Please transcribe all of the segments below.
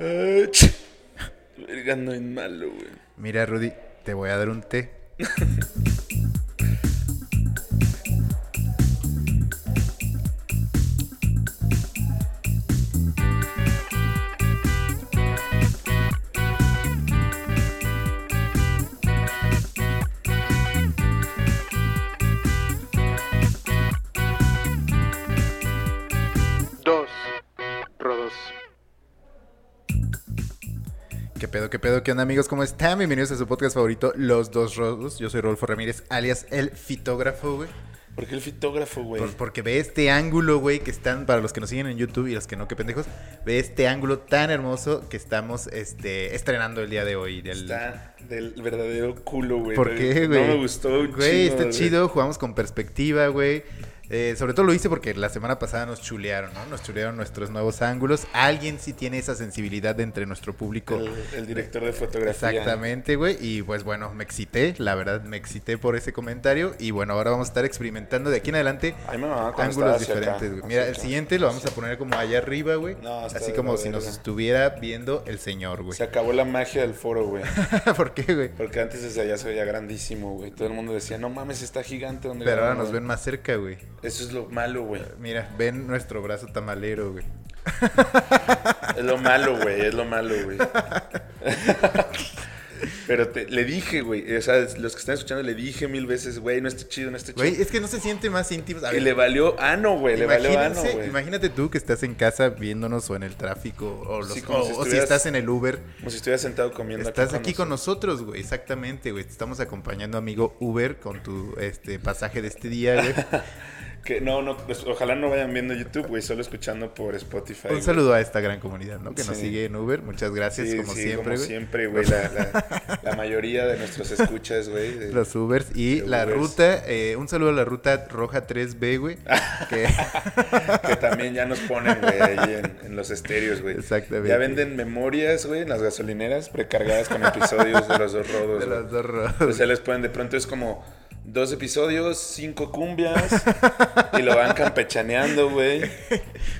Eh, Verga, ando en malo, güey. Mira, Rudy, te voy a dar un té. Dos rodos. ¿Qué pedo, qué pedo, qué onda, amigos? ¿Cómo están? Bienvenidos a su podcast favorito, Los Dos Rodos. Yo soy Rodolfo Ramírez, alias el fitógrafo, güey. ¿Por qué el fitógrafo, güey? Por- porque ve este ángulo, güey, que están, para los que nos siguen en YouTube y los que no, qué pendejos, ve este ángulo tan hermoso que estamos este, estrenando el día de hoy. del- Está del verdadero culo, güey. ¿Por No, qué, güey? No me gustó un Güey, chingo, está chido, jugamos con perspectiva, güey. Eh, sobre todo lo hice porque la semana pasada nos chulearon, ¿no? Nos chulearon nuestros nuevos ángulos. Alguien sí tiene esa sensibilidad de entre nuestro público. El, el director de fotografía. Exactamente, güey. Y pues bueno, me excité, la verdad, me excité por ese comentario. Y bueno, ahora vamos a estar experimentando de aquí en adelante Ay, me mamaba Ah, cuando estaba ángulos hacia acá, diferentes, güey. Mira, hacia el acá. siguiente lo vamos a poner como allá arriba, güey. No, está Así de como la si nos verga. estuviera viendo el señor, güey. Se acabó la magia del foro, güey. ¿Por qué, güey? Porque antes desde allá se veía grandísimo, güey. Todo el mundo decía, no mames, está gigante. donde Pero ahora grabamos". nos ven más cerca, güey. Eso es lo malo, güey. Mira, ven nuestro brazo tamalero, güey. Es lo malo, güey, es lo malo, güey. Pero te- le dije, güey, o sea, los que están escuchando le dije mil veces, güey, no está chido, no está chido. Güey, es que no se siente más íntimo. A y ver, le valió ano, güey, le valió ano, imagínense- güey. imagínate tú que estás en casa viéndonos o en el tráfico o, los- Sí, como o- si o si estuvieras- estás en el Uber. Como si estuviera sentado comiendo Estás aquí con nosotros. nosotros, güey, exactamente, güey. Te estamos acompañando, amigo Uber, con tu este pasaje de este día, güey. Que no, no, pues, ojalá no vayan viendo YouTube, güey, solo escuchando por Spotify. Un güey. saludo a esta gran comunidad, ¿no? Que nos Sí. sigue en Uber. Muchas gracias, Sí, como sí, siempre, como güey. siempre, güey. La, la- la mayoría de nuestros escuchas, güey. de- Los Ubers y de la Ubers. ruta, eh, un saludo a la ruta roja 3B, güey. que- Que también ya nos ponen, güey, ahí en, en los estéreos, güey. Exactamente. Ya venden memorias, güey, en las gasolineras precargadas con episodios de los dos rodos. de güey. los dos O rojos. sea, les ponen de pronto es como dos episodios, cinco cumbias y lo van campechaneando, güey.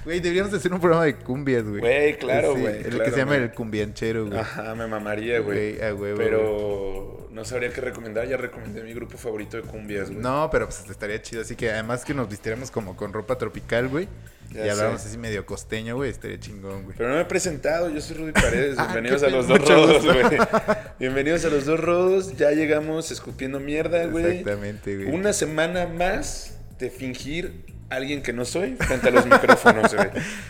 Güey, deberíamos hacer un programa de cumbias, güey. Güey, claro, Sí, güey, el que claro, se llama güey. el cumbianchero, güey. Ajá, me mamaría, güey. Güey, a huevo, Pero no sabría qué recomendar. Ya recomendé mi grupo favorito de cumbias, güey. No, pero pues estaría chido. Así que además que nos vistiéramos como con ropa tropical, güey. Ya Y habláramos sé. así medio costeño, güey. Estaría chingón, güey. Pero no me he presentado, yo soy Rudy Paredes. Ah, Bienvenidos qué a los pena. dos Mucho rodos, gusto. güey. Bienvenidos a los dos rodos. Ya llegamos escupiendo mierda, güey. Exactamente, güey. Una semana más de fingir alguien que no soy frente a los micrófonos, güey.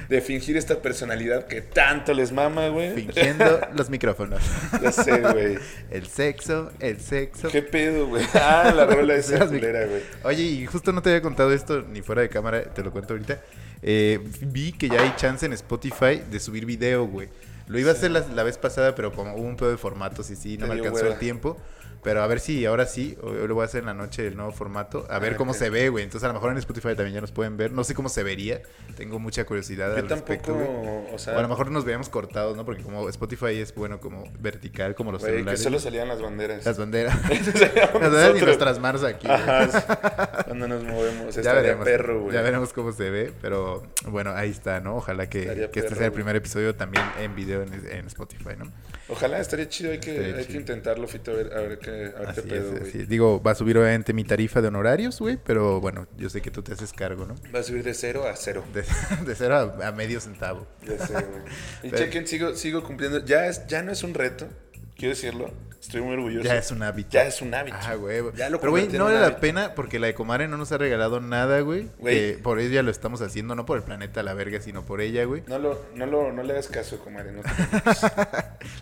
De fingir esta personalidad que tanto les mama, güey. Fingiendo los micrófonos. Ya sé, güey. El sexo, el sexo. ¿Qué pedo, güey? Ah, la rola de esa Las mic- culera, güey. Oye, y justo no te había contado esto ni fuera de cámara, te lo cuento ahorita. Eh, vi que ya hay chance en Spotify de subir video, güey. Lo iba a hacer la, la vez pasada, pero como hubo un pedo de formatos y sí, no Te me dio alcanzó hueva. el tiempo. Pero a ver si ahora sí, hoy hoy lo voy a hacer en la noche el nuevo formato, a ver Ah, cómo ok. se ve, güey. Entonces a lo mejor en Spotify también ya nos pueden ver. No sé cómo se vería, tengo mucha curiosidad Yo al respecto, güey. tampoco, o sea, O a lo mejor nos veamos cortados, ¿no? Porque como Spotify es bueno como vertical, como los güey, que celulares. solo salían las banderas. Las banderas. las Salíamos banderas y nosotros. nuestras manos aquí. güey. Ajá, Ah, sí. Cuando nos movemos, ya estaría veremos. perro, güey. ya veremos cómo se ve, pero bueno, ahí está, ¿no? Ojalá que, Estaría que este perro, sea el güey. primer episodio también en video en, en Spotify, ¿no? Ojalá, estaría chido, hay que, Estaría hay chido. que intentarlo, Fito, a ver, a ver qué, a ver Ah, qué Así pedo, es, güey. así es. Digo, va a subir obviamente mi tarifa de honorarios, güey, pero bueno, yo sé que tú te haces cargo, ¿no? Va a subir de cero a cero. De, de cero a, a medio centavo. Ya sé, güey. Y Pero- chequen, sigo, sigo cumpliendo. Ya, es, ya no es un reto, quiero decirlo. Estoy muy orgulloso. Ya es un hábito. Ya es un hábito. Ah, güey. Ya lo Pero, güey, convertí en no un vale la hábito. pena porque la de Comare no nos ha regalado nada, güey. Güey. Que Por ella lo estamos haciendo, no por el planeta a la verga, sino por ella, güey. No, lo, no, lo, no le hagas caso, comadre. No te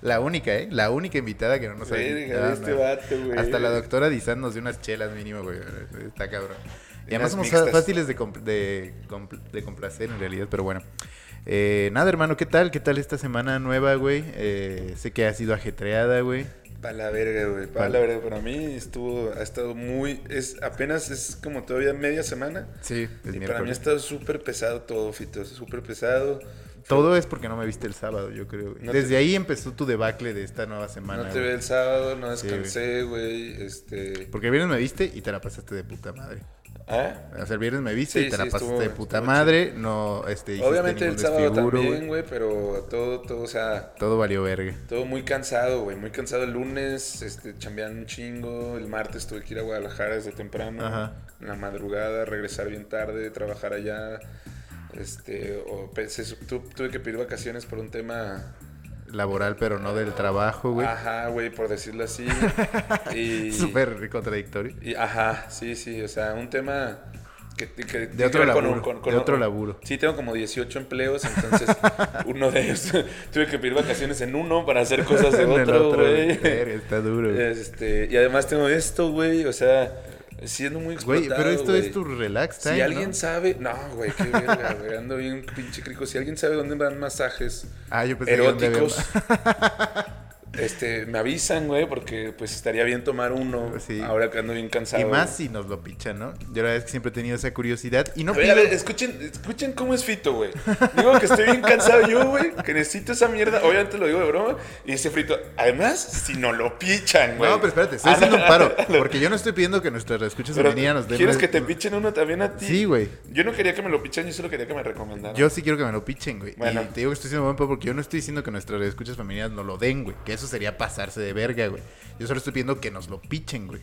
La única, ¿eh? La única invitada que no nos ha Verga, invitado, este ¿no? vato, güey. Hasta la doctora Dizan nos dio unas chelas mínimo, güey. Está cabrón. Y además Unas somos mixtas. fáciles de, comp- de, compl- de complacer en realidad, pero bueno. Eh, nada, hermano, ¿qué tal? ¿Qué tal esta semana nueva, güey? Eh, sé que ha sido ajetreada, güey. Pa' la verga, güey. Pa' Vale. la verga. Para mí estuvo, ha estado muy. Es, apenas es como todavía media semana. Sí, y para mí ha estado súper pesado todo, Fito. Súper pesado. Todo es porque no me viste el sábado, yo creo. güey. No te- Desde ahí empezó tu debacle de esta nueva semana. no te güey. ve el sábado, no Sí, güey. descansé, güey. Este. Porque el viernes me viste y te la pasaste de puta madre. ¿Eh? O sea, el viernes me viste Sí, y te sí, la pasaste estuvo- de puta estuvo madre. No, este, hiciste Obviamente el ningún sábado desfiguro, güey. también, güey, pero todo, todo, o sea, Todo valió verga. todo muy cansado, güey. Muy cansado el lunes, este, chambeando un chingo. El martes tuve que ir a Guadalajara desde temprano. Ajá. En la madrugada, regresar bien tarde, trabajar allá. Este, o pensé, tu- tuve que pedir vacaciones por un tema Laboral, pero no del trabajo, güey. Ajá, güey, por decirlo así. y, Súper contradictorio. y- ajá, sí, sí, o sea, un tema que, que- que De tiene otro que ver con laburo, un- con- con de otro un- laburo. Sí, tengo como 18 empleos, entonces uno de ellos tuve que pedir vacaciones en uno para hacer cosas de En el otro, güey. verga, Está duro, güey. Este, y además tengo esto, güey, o sea, siendo muy explotado, Güey, pero esto güey. es tu relax time, Si alguien ¿no? sabe, no, güey, qué verga, güey, ando bien pinche crico. Si alguien sabe dónde van masajes Ah, yo pensé que dónde eróticos. había- Este, me avisan, güey, porque pues estaría bien tomar uno. Pues Sí. Ahora que ando bien cansado. Y más güey. si nos lo pichan, ¿no? Yo la verdad es que siempre he tenido esa curiosidad. Y no A ver, a pido- ver, escuchen, escuchen cómo es Fito, güey. Digo que estoy bien cansado yo, güey, que necesito ese mierda. Obviamente lo digo de broma. Y dice Frito, además, si no lo pichan, güey. No, pero espérate, estoy Ah, haciendo no, un paro. no, Porque yo no estoy pidiendo que nuestras escuchas pero femeninas nos den. ¿Quieres una- que te pichen uno también a ti? Sí, güey. Yo no quería que me lo pichen, yo solo quería que me recomendaran. Yo sí quiero que me lo pichen, güey. Bueno. Y te digo que estoy siendo buen pedo porque yo no estoy diciendo que nuestras escuchas femeninas nos lo den, güey. Que eso sería pasarse de verga, güey. Yo solo estoy pidiendo que nos lo pichen, güey.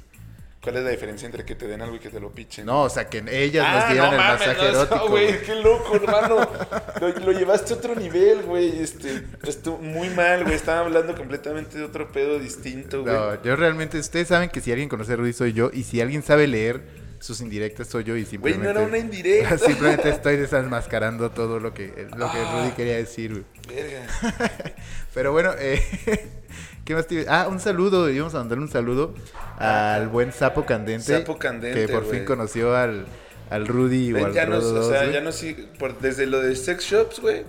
¿Cuál es la diferencia entre que te den algo y que te lo pichen? No, o sea, que ellas Ah, nos dieran el mames, masaje no, erótico. no, güey. güey, qué loco, hermano. Lo, lo llevaste a otro nivel, güey. Este, estuvo muy mal, güey. Estaban hablando completamente de otro pedo distinto, güey. No, yo realmente, ustedes saben que si alguien conoce a Rudy soy yo, y si alguien sabe leer sus indirectas soy yo, y Güey, simplemente... no era una indirecta. simplemente estoy desenmascarando todo lo que, lo que Rudy quería decir, güey. Verga. Pero bueno, eh, ¿qué más te iba- Ah, un saludo, íbamos a mandarle un saludo al buen Sapo Candente. Sapo Candente, Que por fin güey. conoció al, al Rudy o Ven, al ya nos, Rodo o dos, sea, güey. ya no sí, por- desde lo de sex shops, güey.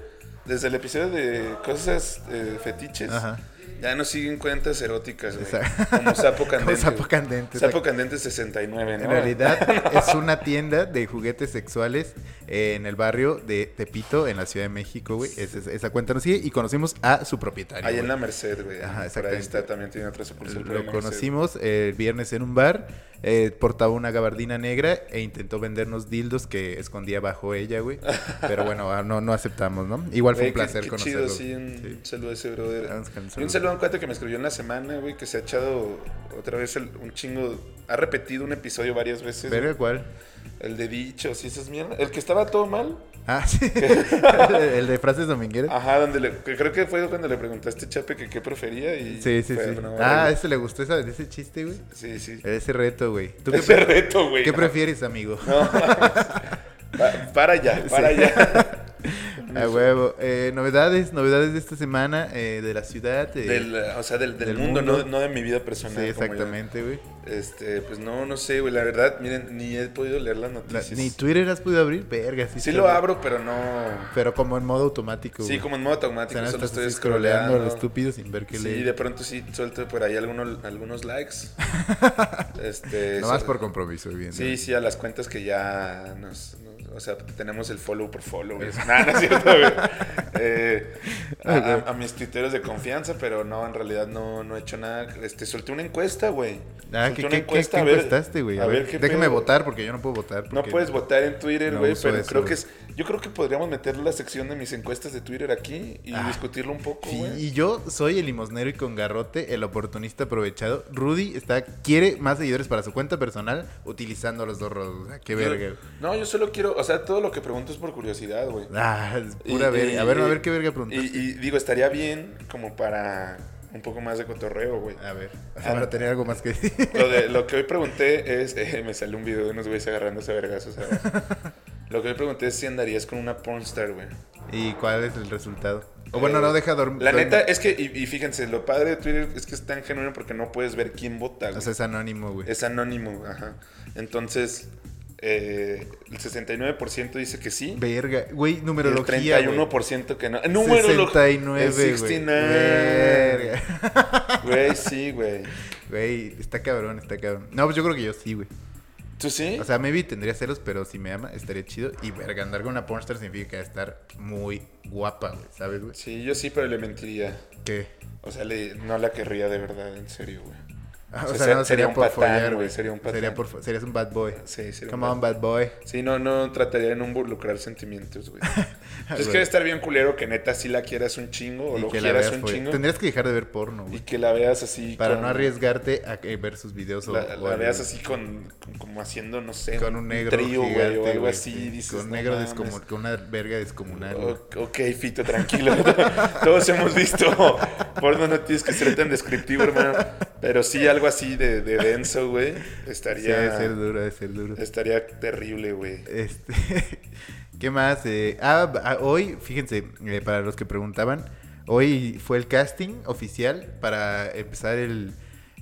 Desde el episodio de cosas eh, fetiches. Ajá. Ya nos siguen cuentas eróticas, güey. Exacto. Como Sapo Candente. güey. Como Sapo Candente, Sapo exacto. Candente 69, ¿no? En realidad es una tienda de juguetes sexuales eh, en el barrio de Tepito, en la Ciudad de México, güey. Es- es- esa cuenta nos sigue y conocimos a su propietario. Ahí en güey. la Merced, güey. Ajá, Por ahí exactamente. está, también tiene otra sucursal. por ahí en Lo la Merced. conocimos eh, el viernes en un bar. eh, portaba una gabardina negra e intentó vendernos dildos que escondía bajo ella, güey. Pero bueno, ah, no, no aceptamos, ¿no? Igual Güey, fue un placer qué, qué conocerlo. chido, sí, un Sí. un saludo a ese brother. Ah, un saludo. Y un saludo a un cuate que me escribió en la semana, güey, que se ha echado otra vez el- un chingo. Ha repetido un episodio varias veces. Verga, güey. ¿cuál? El de dichos y esas mierdas. El que estaba todo mal. Ah, sí. el de frases domingueras. Ajá, donde le- que creo que fue cuando le preguntaste, Chape, que qué prefería. Y sí, sí, fue sí. una Ah, hora, güey. ese le gustó esa- ese chiste, güey. Sí, sí. Ese reto, güey. ¿Tú qué, Ese pre- reto, güey. Ah, qué no. prefieres, amigo? No, pa- para allá, para Sí. allá. A huevo. Eh, novedades, novedades de esta semana eh, de la ciudad. eh, Del, o sea, del, del Del mundo, mundo. No, de- no de mi vida personal. sí, como ya- exactamente, güey. Este, pues no, no sé, güey. La verdad, miren, ni he podido leer las La- noticias. Ni Twitter has podido abrir, verga. Sí, sí está- lo abro, pero no. Pero como en modo automático. Sí, güey. como en modo automático, O sea, solo no estás estoy así scrolleando a scrolleando. lo estúpido sin ver qué Sí, lees. de pronto sí suelto por ahí algunos, algunos likes. este, Nomás sobre- por compromiso, bien. Sí, sí, a las cuentas que ya nos, nos- o sea, tenemos el follow por follow. güey. Nah, no es cierto, güey. Eh, a, a- a mis criterios de confianza, pero no, en realidad no, no he hecho nada. Este, solté una encuesta, güey. Ah, Solté ¿qué, Pues una qué, encuesta, qué- a qué ver- encuestaste, güey? a ver qué déjame pedo. votar porque yo no puedo votar. No porque- puedes votar en Twitter, No güey, uso pero eso, creo güey. que es, yo creo que podríamos meter la sección de mis encuestas de Twitter aquí y Ah. discutirlo un poco, Sí, güey. y yo soy el limosnero y con garrote, el oportunista aprovechado. Rudy está quiere más seguidores para su cuenta personal utilizando a los dos rodos. O sea, qué Yo- verga. No, yo solo quiero, o sea, todo lo que pregunto es por curiosidad, güey. Ah, es Y- pura verga. y- A ver, a y- ver qué verga Y, preguntaste. y digo, estaría bien como para un poco más de cotorreo, güey. A ver, o sea, Ah. para tener algo más que decir. Lo, de- lo que hoy pregunté es. eh, me salió un video de unos güeyes agarrándose a vergazos. abajo. Lo que hoy pregunté es si andarías con una pornstar, güey. ¿Y cuál es el resultado? O bueno, Eh, no deja dormir. La neta eh, es que, y, y fíjense, lo padre de Twitter es que es tan genuino porque no puedes ver quién vota, güey. O sea, es anónimo, güey. Es anónimo, ajá. Entonces, eh, el 69% dice que sí. Verga, güey, y numerología. el güey. 31% que no. Número 69, güey. 69. Verga. Güey, sí, güey. Güey, está cabrón, está cabrón. No, pues yo creo que yo sí, güey. ¿Tú sí? O sea, maybe tendría celos, pero si me ama, estaría chido. Y verga, andar con una pornstar significa estar muy guapa, güey, ¿sabes, güey? sí, yo sí, pero le mentiría. ¿Qué? O sea, le- no la querría de verdad, en serio, güey. Ah, sea, ser- sería un patán, güey, sería un Sería patán. por, fo- serías un bad boy. Sí, sería un Come on, patán. bad boy. Sí, no, no trataría de no involucrar sentimientos, güey. Pues es güey. que debe estar bien culero que neta sí la quieras un chingo o Y lo que la quieras veas un folla- chingo Tendrías que dejar de ver porno, y güey. que la veas así. Para con- no arriesgarte a que- ver sus videos o- La, o la al- veas así con, con- como haciendo, no sé, con un negro trío, güey, gigante, o algo güey, así. sí, dices, con un "No negro mames". Oh, descomun- con una verga descomunal. güey. O- Ok, Fito, tranquilo. Todos hemos visto porno, no tienes que ser tan descriptivo, hermano. Pero sí, algo así de, de denso, güey. Sí, ha de Estaría, ser duro, ha de ser duro. estaría terrible, güey. Este, ¿Qué más? Eh, ah, ah, hoy, fíjense, eh, para los que preguntaban, hoy fue el casting oficial para empezar el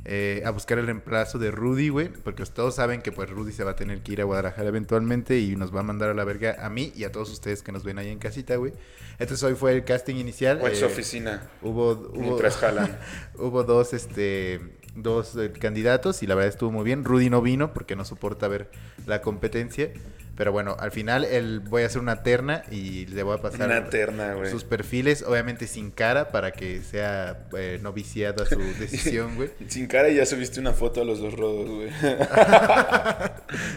eh, a buscar el reemplazo de Rudy, güey, porque todos saben que pues Rudy se va a tener que ir a Guadalajara eventualmente y nos va a mandar a la verga a mí y a todos ustedes que nos ven ahí en casita, güey. Entonces hoy fue el casting inicial. O en su eh, oficina, Hubo, hubo, Pues, mientras jalan. hubo dos este dos eh, candidatos y la verdad estuvo muy bien. Rudy no vino porque no soporta ver la competencia. Pero bueno, al final él voy a hacer una terna y le voy a pasar Una terna, güey. sus perfiles, obviamente sin cara, para que sea eh, no viciada su decisión, güey. Sin cara y ya subiste una foto a los dos rodos, güey.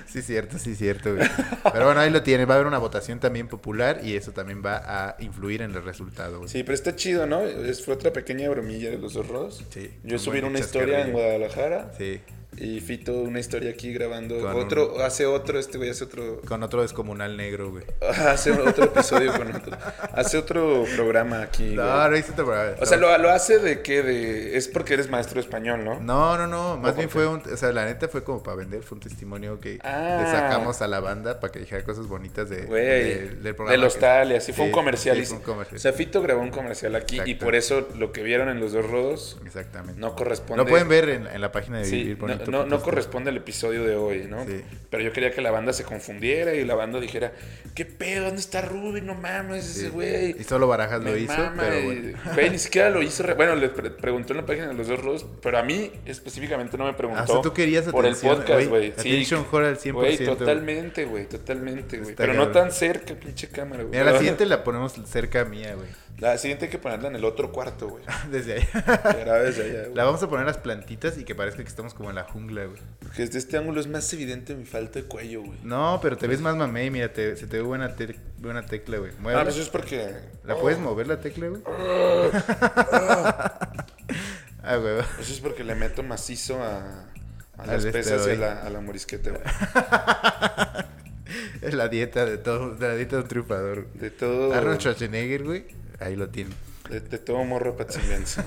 Sí, cierto, sí, cierto, güey. Pero bueno, ahí lo tiene. Va a haber una votación también popular y eso también va a influir en el resultado, güey. Sí, pero está chido, ¿no? Es, fue otra pequeña bromilla de los dos rodos. Sí, Yo un subí buen una historia en chascarrillo. Guadalajara Sí, y Fito una historia aquí grabando. Con otro, hace otro, este güey hace otro. con otro descomunal negro, güey. Hace otro episodio con otro. Hace otro programa aquí. güey. No, no hice otra palabra. O sea, lo, lo hace de que de. Es porque eres maestro de español, ¿no? No, no, no. Más ¿O bien por fue un. O sea, la neta fue como para vender. Fue un testimonio que Ah. le sacamos a la banda para que dijera cosas bonitas de, Güey, de- del, del programa. que- hostal y así. Fue Sí, un comercial. sí, y- fue un comercial. O sea, Fito grabó un comercial aquí y Exacto. por eso lo que vieron en los dos rodos Exactamente. no corresponde. Lo pueden ver en, en la página de Sí, Vivir no, Bonito. no- no Podcast. corresponde al episodio de hoy, ¿no? Sí. Pero yo quería que la banda se confundiera y la banda dijera, ¿qué pedo? ¿Dónde está Ruby? No mames, Sí. ese güey. Y solo Barajas Me lo hizo, mama, pero y- bueno. güey, ni siquiera lo hizo. re- Bueno, le pre- preguntó en la página de los dos rodos, pero a mí específicamente no me preguntó. Hasta tú querías por el atención, podcast, güey. güey. Attention whore al 100%, Güey, totalmente, güey, totalmente, güey. Está Pero no cabrón. tan cerca, pinche cámara, güey. Mira, la siguiente la ponemos cerca mía, güey. La siguiente hay que ponerla en el otro cuarto, güey. Desde ahí. Que grabes allá, güey. la vamos a poner las plantitas y que parezca que estamos como en la jungla, güey. Porque desde este ángulo es más evidente mi falta de cuello, güey. No, pero te ves más mamey, mira, te- se te ve buena, te- buena tecla, güey. Ah, Muévela. pues eso es porque. ¿La puedes mover la tecla, güey? ah, güey. Eso es porque le meto macizo a, a Al las este, pesas y a güey. la, a la morisqueta, güey. Es la dieta de todo, de la dieta de un triunfador. De todo. Arnold Schwarzenegger, güey. Ahí lo tiene. De, de todo morro patzinguense.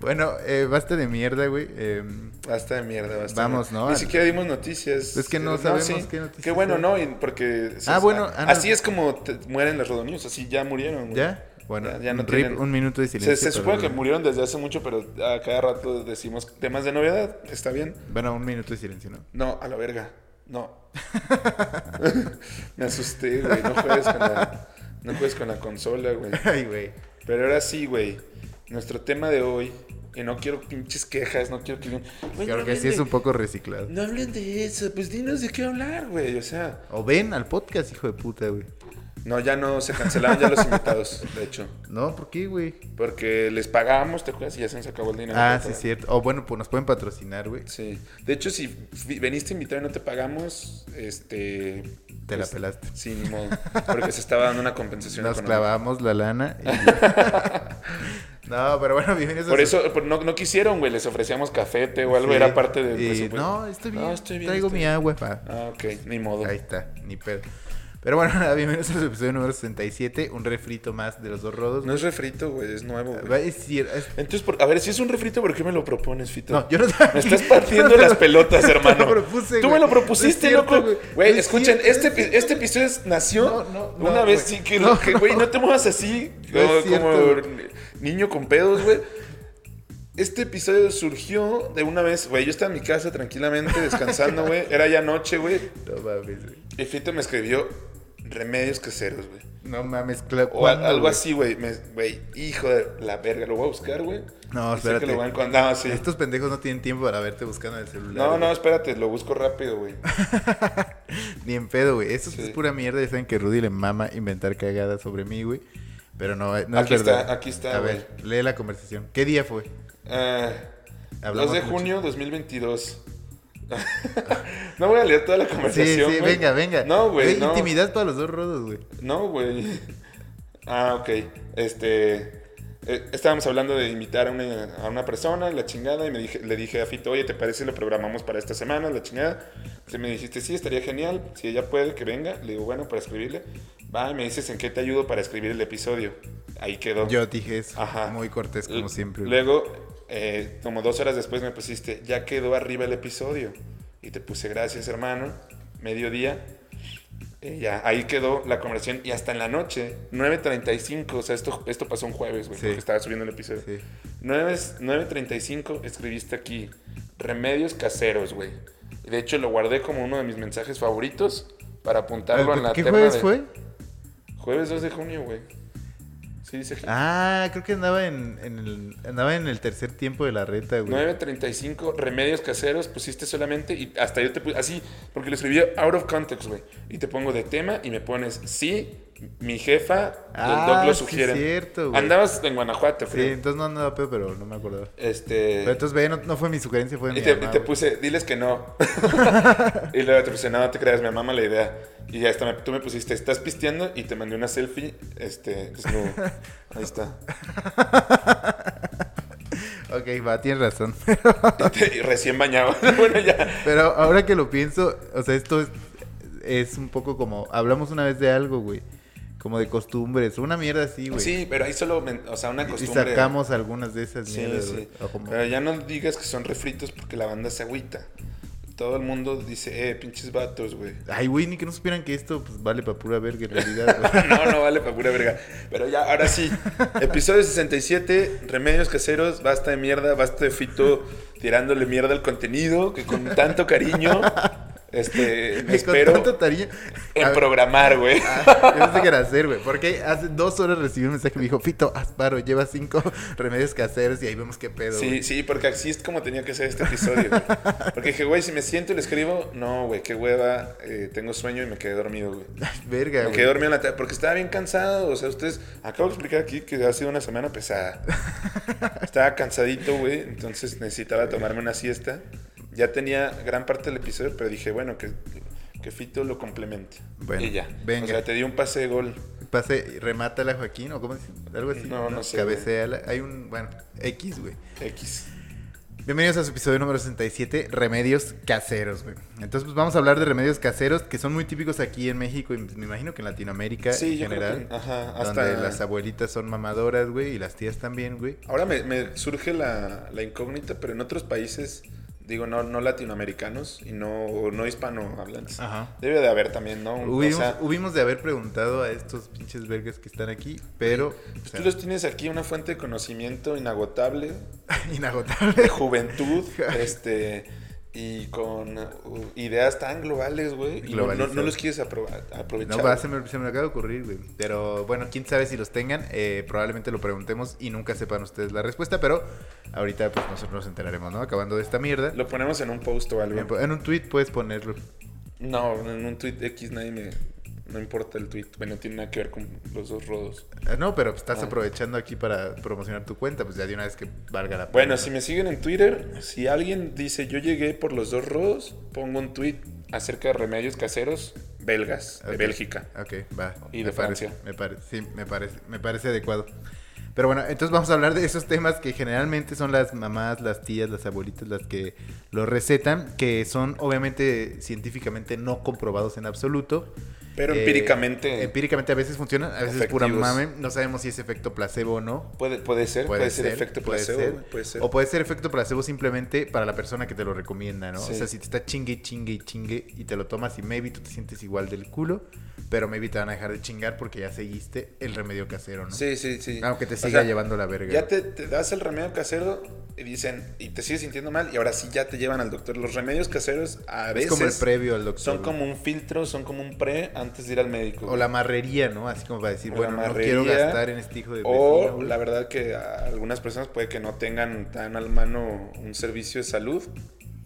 Bueno, eh, basta de mierda, güey. Em, Basta de mierda, basta. de Vamos, mierda. ¿no? Ni siquiera dimos noticias. Es que no sabemos qué noticias Qué bueno, hay. ¿no? Y porque. Ah, bueno, ah, no. Así es como te- mueren las rodonews, así ya murieron, güey. ¿Ya? Bueno, Ya- ya no rip, tienen- un minuto de Se, silencio. se para supone que Rudy. murieron desde hace mucho, pero a cada rato decimos temas de novedad. ¿Está bien? Bueno, un minuto de silencio, ¿no? No, a la verga. No. Me asusté, güey. No juegues con la, no juegues con la consola, güey. Ay, güey. Pero ahora sí, güey. Nuestro tema de hoy. Y no quiero pinches quejas, no quiero que... Güey, Pues no Creo que hablen sí es de- un poco reciclado. No hablen de eso, pues dinos de qué hablar, güey. O sea, O ven al podcast, hijo de puta, güey. no, ya no se cancelaron ya los invitados, de hecho. No, ¿por qué, güey? Porque les pagamos, ¿te acuerdas? Y ya se nos acabó el dinero. Ah, Pero- sí, es cierto. O bueno, pues nos pueden patrocinar, güey. Sí. De hecho, si vi- veniste invitado y no te pagamos, este. Te la pelaste. Sí, ni modo. Porque se estaba dando una compensación Nos económica. clavamos la lana. y- no, pero bueno, bienvenidos a Por su- eso por- no, no quisieron, güey. Les ofrecíamos cafete o algo, Sí. era parte del Y, presupuesto. No, estoy bien. No, estoy bien, Traigo estoy mi bien. agua. pa. Ah, ok, ni modo. Ahí está, ni pedo. Pero bueno, nada, bienvenidos al episodio número 67. Un refrito más de los dos rodos. No es refrito, güey, es nuevo. güey. Va- es cier- es- Entonces, por- a ver, si es un refrito, ¿por qué me lo propones, Fito? No, yo no Me estás partiendo las pelotas, hermano. Yo lo propuse, Tú me güey. lo propusiste, No es cierto, loco. güey. Güey, No es escuchen, cierto, este, epi- no es cierto. este episodio es- nació No, no, una no, vez güey. sí que, No, que, no. güey, no te muevas así No es como, cierto, como niño con pedos, güey. Este episodio surgió de una vez, güey, yo estaba en mi casa tranquilamente descansando, güey. Era ya noche, güey. No mames, güey. Y Fito me escribió remedios caseros, güey. No mames, claro. O al- algo así, güey. Me- Güey, hijo de la verga, lo voy a buscar, güey. No, Y sé que espérate. lo van con- no, sí. Estos pendejos no tienen tiempo para verte buscando en el celular. No, güey. no, espérate, lo busco rápido, güey. Ni en pedo, güey. Eso Sí. es pura mierda. Ya saben que Rudy le mama inventar cagadas sobre mí, güey. Pero no, no Aquí es está, verdad. aquí está, A ver, lee la conversación. ¿Qué día fue? Ah, Hablamos 2 de mucho. junio 2022. no voy a leer toda la Sí, sí, conversación. güey. venga, venga. No, güey. Güey, No, Intimidad para los dos rodos, güey. no, güey. Ah, ok. Este. eh, estábamos hablando de invitar a una, a una persona, la chingada, y me dije, le dije a Fito, oye, ¿te parece si lo programamos para esta semana, la chingada? Entonces me dijiste, sí, estaría genial, si ella puede, que venga. Le digo, bueno, para escribirle. Va, y me dices, ¿en qué te ayudo para escribir el episodio? Ahí quedó. Yo dije eso. Ajá. Muy cortés, como siempre. güey. Luego, eh, como dos horas después me pusiste, ya quedó arriba el episodio. Y te puse gracias, hermano. Mediodía. Eh, ya, ahí quedó la conversación. Y hasta en la noche, 9.35. O sea, esto, esto pasó un jueves, güey, Sí. porque estaba subiendo el episodio. Sí. 9 9.35 escribiste aquí remedios caseros, güey. Y De hecho, lo guardé como uno de mis mensajes favoritos para apuntarlo en la ¿Qué terna jueves de- fue? Jueves 2 de junio, güey. Sí, dice aquí. Ah, creo que andaba en, en el, andaba en el tercer tiempo de la reta, güey. 9.35, remedios caseros, pusiste solamente y hasta yo te puse así, porque lo escribí out of context, güey. Y te pongo de tema y me pones, sí, mi jefa, el Ah, doc lo sí, sugiere. cierto, güey. Andabas en Guanajuato, Sí, creo. entonces no andaba pedo, pero no me acordaba. Este. Pero entonces, ve, no, no fue mi sugerencia, fue de mi Y te, mamá, y te güey. puse, diles que no. y luego te puse, no, te creas, me mama la idea. Y ya está, me- tú me pusiste, estás pisteando y te mandé una selfie, este, desnudo. Ahí está. Ok, va, tienes razón. Y, te- y recién bañado. bueno, ya. Pero ahora que lo pienso, o sea, esto es, es un poco como... Hablamos una vez de algo, güey. Como de costumbres. Una mierda así, güey. Sí, pero ahí solo, men- o sea, una Y- Y costumbre. sacamos algunas de esas Sí, mierdas, sí. güey. O como- Pero ya no digas que son refritos porque la banda se agüita. Todo el mundo dice, eh, pinches vatos, güey. Ay, güey, ni que no supieran que esto pues, vale para pura verga en realidad, güey. No, no vale para pura verga. Pero ya, ahora sí. Episodio 67, remedios caseros, basta de mierda, basta de fito tirándole mierda al contenido que con tanto cariño, este, me Y con espero tanto Ah, tariño. en programar, güey. Yo no sé qué era hacer, güey. Porque hace dos horas recibí un mensaje que me dijo, Fito, Asparo, lleva cinco remedios caseros y ahí vemos qué pedo. Sí, güey". sí, porque así es como tenía que ser este episodio. güey. Porque dije, güey, si me siento y le escribo, no, güey, qué hueva, eh, tengo sueño y me quedé dormido, güey. Ay, verga, Me güey. quedé dormido en la tarde porque estaba bien cansado. O sea, ustedes. Acabo de explicar aquí que ha sido una semana pesada. estaba cansadito, güey. Entonces necesitaba tomarme una siesta. Ya tenía gran parte del episodio, pero dije, bueno, que, que Fito lo complemente. Bueno, y ya. venga. O sea, te di un pase de gol. Pase, remátala, Joaquín, o cómo es, algo así. No, no sé, Cabeceala. Hay un, bueno, X, güey. X. Bienvenidos a su episodio número 67, remedios caseros, güey. Entonces, pues vamos a hablar de remedios caseros que son muy típicos aquí en México y pues, me imagino que en Latinoamérica en Sí, yo creo general. que- ajá, Donde hasta- las abuelitas son mamadoras, güey, y las tías también, güey. Ahora me, me surge la, la incógnita, pero en otros países, digo, no, no latinoamericanos y no, o no hispanohablantes. Ajá. Debe de haber también, ¿no? O Hubimos, sea, hubimos de haber preguntado a estos pinches vergas que están aquí, pero o pues sea, tú los tienes aquí una fuente de conocimiento inagotable, de inagotable. juventud, este, y con uh, ideas tan globales, güey. Y no, no- no los quieres aproba- aprovechar. No, va, se me, se me acaba de ocurrir, güey. Pero bueno, quién sabe si los tengan. eh, probablemente lo preguntemos y nunca sepan ustedes la respuesta, pero ahorita pues nosotros nos enteraremos, ¿no? Acabando de esta mierda. Lo ponemos en un post o En algo. en un tweet puedes ponerlo. No, en un tweet X nadie me. No importa el tweet. Bueno, tiene nada que ver con los dos rodos. Ah, No, pero estás Ah. aprovechando aquí para promocionar tu cuenta, pues ya de una vez que valga la pena. Bueno, si me siguen en Twitter, si alguien dice yo llegué por los dos rodos, pongo un tweet acerca de remedios caseros belgas, de Ok. Bélgica. Ok, va. Y me de parece, Francia. Me parece, sí, me parece, me parece adecuado. Pero bueno, entonces vamos a hablar de esos temas que generalmente son las mamás, las tías, las abuelitas las que lo recetan, que son obviamente científicamente no comprobados en absoluto. Pero Eh, empíricamente. Empíricamente a veces funcionan, a veces es pura Efectivos. mame. No sabemos si es efecto placebo o no. Puede, puede ser, puede, ser, efecto puede placebo. ser. güey, Puede ser. O puede ser efecto placebo simplemente para la persona que te lo recomienda, ¿no? Sí. O sea, si te está chingue, chingue y chingue y te lo tomas y maybe tú te sientes igual del culo, pero maybe te van a dejar de chingar porque ya seguiste el remedio casero, ¿no? Sí, sí, sí. Aunque te O siga sea, llevando la verga. Ya te, te das el remedio casero y dicen, y te sigues sintiendo mal, y ahora sí ya te llevan al doctor. Los remedios caseros a es veces como el previo al doctor. son güey. como un filtro, son como un pre antes de ir al médico. O la marrería, ¿no? Así como para decir, O la bueno, no marrería, quiero gastar en este hijo de O vecino, güey. la verdad que a algunas personas puede que no tengan tan al mano un servicio de salud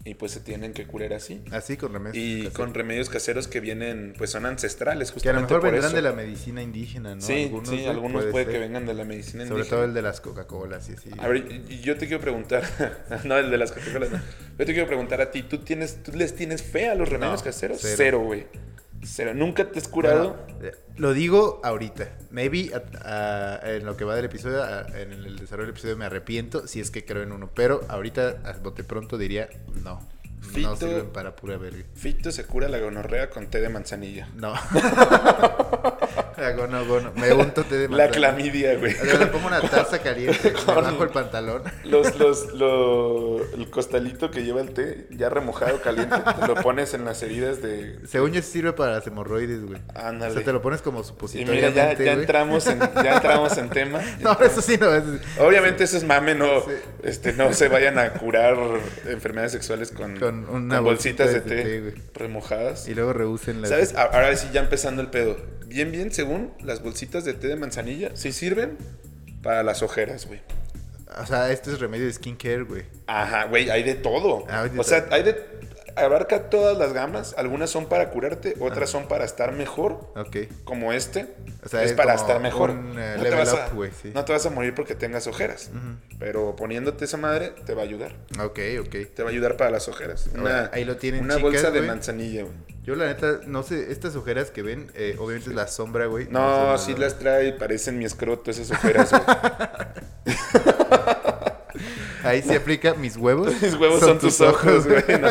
y pues se tienen que curar así. Así con remedios. Y caseros. con remedios caseros que vienen, pues son ancestrales, que a lo justamente mejor por vendrán eso. de la medicina indígena, ¿no? Sí, sí, güey, algunos puede, que ser. vengan de la medicina Sobre indígena. todo el de las Coca-Colas y así. A ver, y- y yo te quiero preguntar, no, el de las Coca-Colas, no. Yo te quiero preguntar a ti, ¿tú, tienes, tú les tienes fe a los remedios No, caseros? cero. Cero, güey. Cero. ¿Nunca te has curado? Bueno, eh, lo digo ahorita. Maybe a- a- en lo que va del episodio, a- en el desarrollo del episodio me arrepiento si es que creo en uno. Pero ahorita, a bote pronto, diría no. No Fito. sirven para pura verga. Fito se cura la gonorrea con té de manzanilla. No. Hago no, gono. Me unto té de La manzana. clamidia, güey. O sea, Le pongo una taza caliente, me con- bajo el pantalón. Los, los, lo- el costalito que lleva el té, ya remojado, caliente, te lo pones en las heridas de... Según yo sí sirve para las hemorroides, güey. Ándale. O sea, te lo pones Y como mira, ya, supositoriamente, ya güey. entramos en, ya entramos en tema. No, eso sí no es. Obviamente eso es mame, no, Sí. este, no se vayan a curar enfermedades sexuales con, Con una con bolsitas de bolsita de té, té, güey. remojadas. Y luego rehúsen la... ¿Sabes? A- Ahora sí, ya empezando el pedo. Bien, bien, según las bolsitas de té de manzanilla, sí sirven para las ojeras, güey. O sea, esto es remedio de skincare, güey. Ajá, güey, hay de todo. Ah, hay de o sea, todo. hay de... Abarca todas las gamas. Algunas son para curarte, Ah. otras son para estar mejor. Ok. como este, O sea, es, es para como estar mejor. un, eh, no, te level vas a, up, güey, sí. no te vas a morir porque tengas ojeras. Ujú. Pero poniéndote esa madre, te va a ayudar. Ok, ok. Te va a ayudar para las ojeras. Ahora, Una- ahí lo tienen, Una chicas, bolsa de güey. manzanilla, güey. Yo la neta, no sé, estas ojeras que ven, eh, obviamente es la sombra, güey. No, sé sí nada. las trae, parecen mi escroto esas ojeras, güey. Ahí se aplica mis huevos. Mis huevos son, tus ojos, güey. no.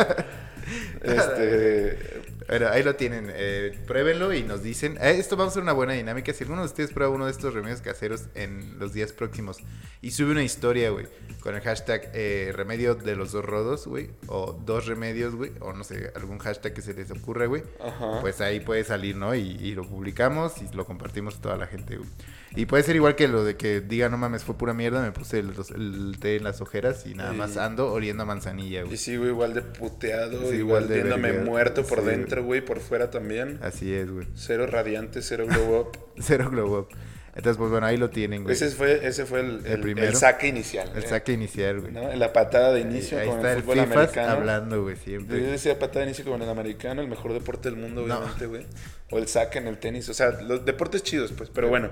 Este. Bueno, ahí lo tienen. eh, pruébenlo y nos dicen. Eh, esto va a ser una buena dinámica. Si alguno de ustedes prueba uno de estos remedios caseros en los días próximos y sube una historia, güey, con el hashtag eh, remedio de los dos rodos, güey, o dos remedios, güey, o no sé, algún hashtag que se les ocurra, güey, Ajá. pues ahí puede salir, ¿no? Y, y lo publicamos y lo compartimos a toda la gente, güey. Y puede ser igual que lo de que diga, no mames, fue pura mierda, me puse el, el té en las ojeras y nada Y- más ando oliendo a manzanilla, y güey. sigo igual de puteado, igual Sí, igual de viéndome vergueado. muerto por Sí, dentro, güey, por fuera también. Así es, güey. Cero radiante, cero glow up. Cero glow up. Entonces, pues bueno, ahí lo tienen, güey. Ese fue, ese fue el, el- primero. el saque inicial. El eh. saque inicial, güey. ¿no? La patada de inicio ahí con está el el fútbol FIFAs americano. hablando, güey, Yo siempre. decía patada de inicio con el americano, el mejor deporte del mundo, No. obviamente, güey. O el saque en el tenis. O sea, los deportes chidos, pues, Eh. pero bueno.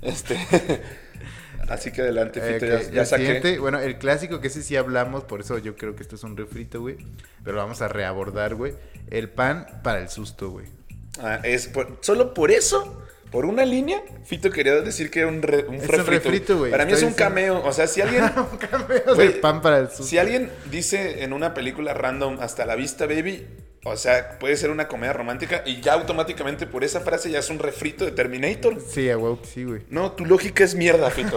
este Así que adelante, Eh, Fito, que ya, ya el saqué. siguiente, bueno, el clásico que ese sí hablamos, por eso yo creo que esto es un refrito, güey. Pero lo vamos a reabordar, güey. El pan para el susto, güey. Ah, es por- solo por eso, por una línea, Fito quería decir que era un, re- un Es un refrito. refrito, güey, Para mí es estoy un cameo. O sea, si alguien Un cameo de Güey, pan para el susto. Si alguien dice en una película random hasta la vista, baby, o sea, puede ser una comedia romántica y ya automáticamente por esa frase ya es un refrito de Terminator. Sí, a huevo que sí, güey. No, tu lógica es mierda, Fito.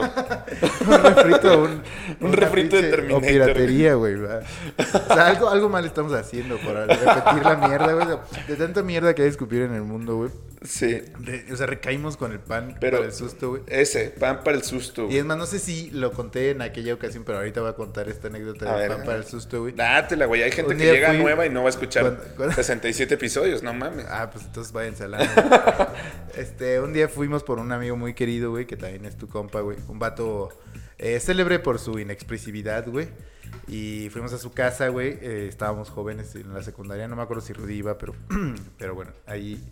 Un refrito, un, Un una refrito de pinche- Terminator, O piratería, güey. va. O sea, algo, algo mal estamos haciendo para repetir la mierda, güey. De tanta mierda que hay que escupir en el mundo, güey. Sí. De- o sea, recaímos con el pan Pero- para el susto, güey. Ese, pan para el susto. Y güey. es más, no sé si lo conté en aquella ocasión, pero ahorita voy a contar esta anécdota A del ver, pan a para ver. el susto, güey. Dátela, güey. Hay gente Un que día llega fui- nueva y no va a escuchar Cuando- cuando- 67 episodios, no mames. Ah, pues entonces váyanse al ano, güey. Este, un día fuimos por un amigo muy querido, güey, que también es tu compa, güey. Un vato eh, célebre por su inexpresividad, güey. Y fuimos a su casa, güey. eh, estábamos jóvenes en la secundaria, no me acuerdo si Rudy iba, pero, pero bueno, ahí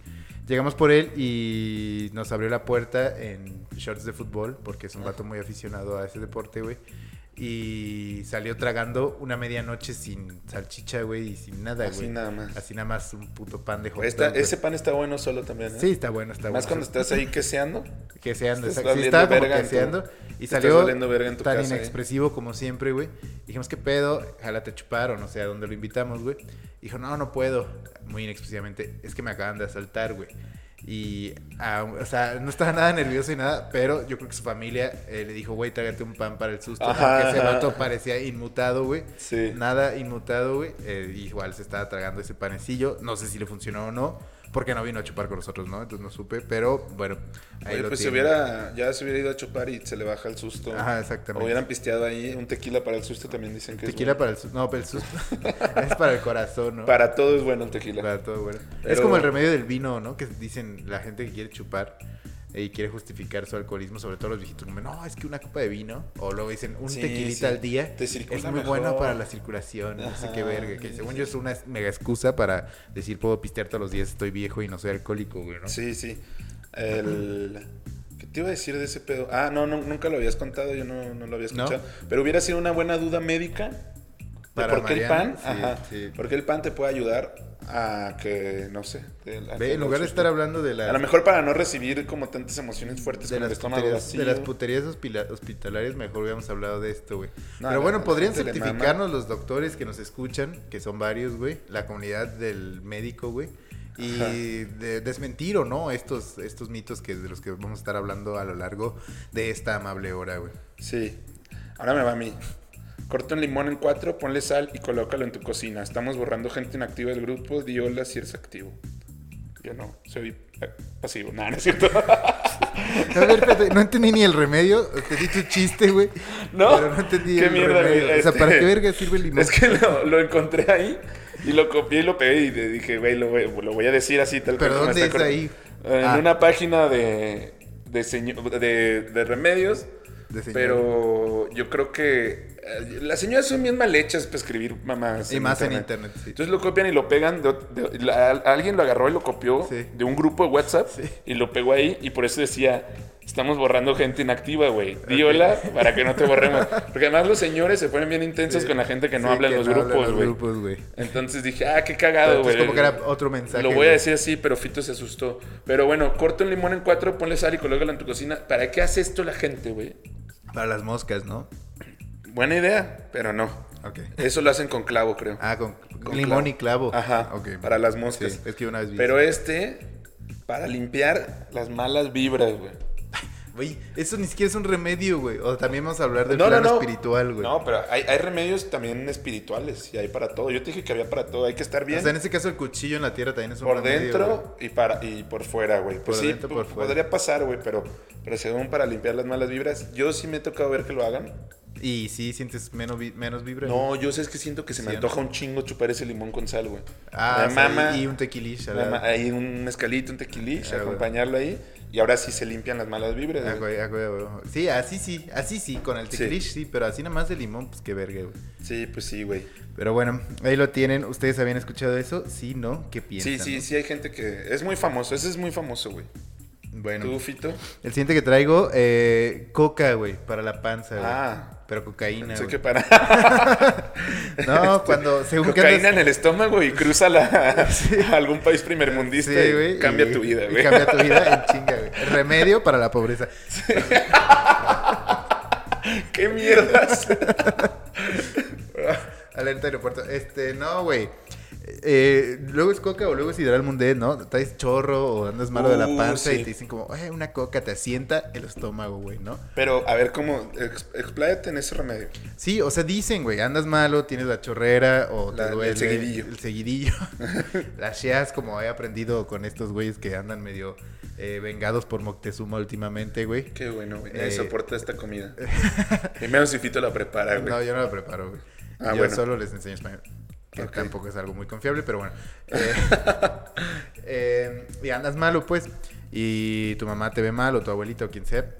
llegamos por él y nos abrió la puerta en shorts de fútbol, porque es un vato muy aficionado a ese deporte, güey. Y salió tragando una medianoche sin salchicha, güey, y sin nada, Así güey. nada más. Así nada más un puto pan de hot Pues Está- dog, güey. ese pan está bueno solo también. ¿eh? Sí, está bueno, está Más cuando bueno. estás ahí queseando. Que se anda, estás exacto. Sí, valiendo estaba como verga en que tu- se anda. te Y estás salió valiendo verga en tu tan casa, ¿eh? inexpresivo como siempre, güey. Dijimos, ¿qué pedo? Jálate chupar o no sé a dónde lo invitamos, güey. Dijo, no, no puedo. Muy inexpresivamente, es que me acaban de asaltar, güey. Y, ah, o sea, no estaba nada nervioso y nada, pero yo creo que su familia eh, le dijo, güey, trágate un pan para el susto. Ajá, Aunque ese ajá. vato parecía inmutado, güey. Sí. Nada inmutado, güey. Eh, igual se estaba tragando ese panecillo. No sé si le funcionó o no. Porque no vino a chupar con nosotros, ¿no? Entonces no supe. Pero bueno, ahí Oye, lo pues si tienen. hubiera, ya se hubiera ido a chupar y se le baja el susto. Ajá, exactamente. O hubieran pisteado ahí un tequila para el susto también dicen que Tequila es para el susto. No, para el susto. es para el corazón, ¿no? bueno. para todo es bueno el tequila. Para todo, bueno. Pero- Es como el remedio del vino, ¿no? Que dicen la gente que quiere chupar. y quiere justificar su alcoholismo, sobre todo los viejitos, como, no, es que una copa de vino, o luego dicen, un Sí, tequilita sí. al día Te es circula muy mejor. bueno para la circulación, no sé qué Ajá, verga, que sí, según sí. yo es una mega excusa para decir, puedo pistear todos los días, estoy viejo y no soy alcohólico, güey, ¿no? Sí, sí. El... ¿Qué te iba a decir de ese pedo? Ah, no, no, nunca lo habías contado, yo no, no lo había ¿No? escuchado. Pero hubiera sido una buena duda médica de Para por qué Mariana, el pan, sí, ajá, sí. por qué el pan te puede ayudar a que, no sé. te- a Ve, que en no lugar de sufras. estar hablando de las, A lo mejor para no recibir como tantas emociones fuertes de como el las, estómago puterías, vacío. de las puterías hospila- hospitalarias, mejor hubiéramos hablado de esto, güey. No, Pero a bueno, la- a la podrían gente le mama. certificarnos los doctores que nos escuchan, que son varios, güey, la comunidad del médico, güey, y Ajá. de- desmentir o no estos, estos mitos que, de los que vamos a estar hablando a lo largo de esta amable hora, güey. Sí. Ahora me va a mí. Corta un limón en cuatro, ponle sal y colócalo en tu cocina. Estamos borrando gente inactiva del grupo. Di hola si eres activo. Yo no, soy eh, pasivo. Nada, no es cierto. A ver, espérate, no entendí ni el remedio, entendí tu chiste, güey. No, Pero no entendí qué el mierda, remedio. güey, O sea, ¿para este- qué verga sirve el limón? es que lo, lo encontré ahí y lo copié y lo pegué y le dije, güey, lo, voy- lo voy a decir así tal ¿Pero como dónde está cor- es ahí? Eh, En Ah. una página de, de, seño- de, de remedios. De señor. Pero yo creo que eh, las señoras son bien mal hechas para escribir mamás. Y más en internet, sí. Entonces lo copian y lo pegan. de ot- de- la- alguien lo agarró y lo copió Sí. de un grupo de WhatsApp Sí. y lo pegó ahí. Y por eso decía: Estamos borrando gente inactiva, güey. Di hola para que no te borremos. Porque además los señores se ponen bien intensos con la gente que no Sí, habla en los habla en grupos, los güey. grupos, güey. Entonces dije: Ah, qué cagado, Entonces, güey. como que era otro mensaje, Lo voy güey. a decir así, pero Fito se asustó. Pero bueno, corta un limón en cuatro, ponle sal y colócalo en tu cocina. ¿Para qué hace esto la gente, güey? Para las moscas, ¿no? Buena idea, pero no. Ok. Eso lo hacen con clavo, creo. Ah, con, Con limón y clavo. Ajá. Ah, Ok. Para las moscas. Sí, es que una vez vi. Pero este, para limpiar las malas vibras, güey. Güey, eso ni siquiera es un remedio, güey. O también vamos a hablar del No, no, plano no. espiritual, güey. No, pero hay, hay remedios también espirituales y hay para todo. Yo te dije que había para todo. Hay que estar bien O sea, en este caso el cuchillo en la tierra también es un por remedio, güey. dentro y, para, y por fuera, güey. Pues Por sí, dentro, po- por fuera. podría pasar, güey, pero, pero según para limpiar las malas vibras, yo sí me he tocado ver que lo hagan. Y sí, sientes menos, vi- menos vibra. güey. No, yo sé es que siento que se me Sí, ¿no? antoja un chingo chupar ese limón con sal, güey. Ah, Me o sea, mama- y un tequilish. al Nada más, lado. Ahí un mezcalito, un tequilish, Ah, güey. acompañarlo ahí. Y ahora sí se limpian las malas vibras. Ah, güey. güey, ah, güey, güey. Sí, así sí, así sí, con el Sí. tequilish sí, pero así nada más de limón, pues qué verga, güey. Sí, pues sí, güey. Pero bueno, ahí lo tienen. ¿Ustedes habían escuchado eso? Sí, ¿no? ¿Qué piensan? Sí, sí, no? sí, hay gente que. Es muy famoso, ese es muy famoso, güey. Bueno. ¿Tú, Fito? El siguiente que traigo, eh, coca, güey, para la panza, güey. Ah. Pero cocaína, Pensé güey. que para. este, No, cuando, según que Cocaína andas- en el estómago y cruza la- a algún país primermundista. Sí, y güey, Cambia y- tu vida, y güey. Cambia tu vida en chinga, güey. Remedio para la pobreza. ¿Qué mierdas? Alerta aeropuerto. Este, no, güey. Eh, luego es coca o luego es hidral mundé, ¿no? Traes chorro o andas malo de la Uh, panza sí. y te dicen como, eh, una coca te asienta el estómago, güey, ¿no? Pero, a ver, ¿cómo? Ex- expláyate en ese remedio. Sí, o sea, dicen, güey, andas malo, tienes la chorrera o La- te el duele seguidillo. El seguidillo. Las sheas, como he aprendido con estos güeyes que andan medio eh, vengados por Moctezuma últimamente, güey. Qué bueno, güey. Eh, Nadie soporta esta comida. Primero si Fito la prepara, güey. No, yo no lo preparo, güey. Ah, yo bueno. solo les enseño español. Que Ok. tampoco es algo muy confiable, pero bueno. Eh, eh, y andas malo, pues. Y tu mamá te ve mal, o tu abuelita, o quien sea.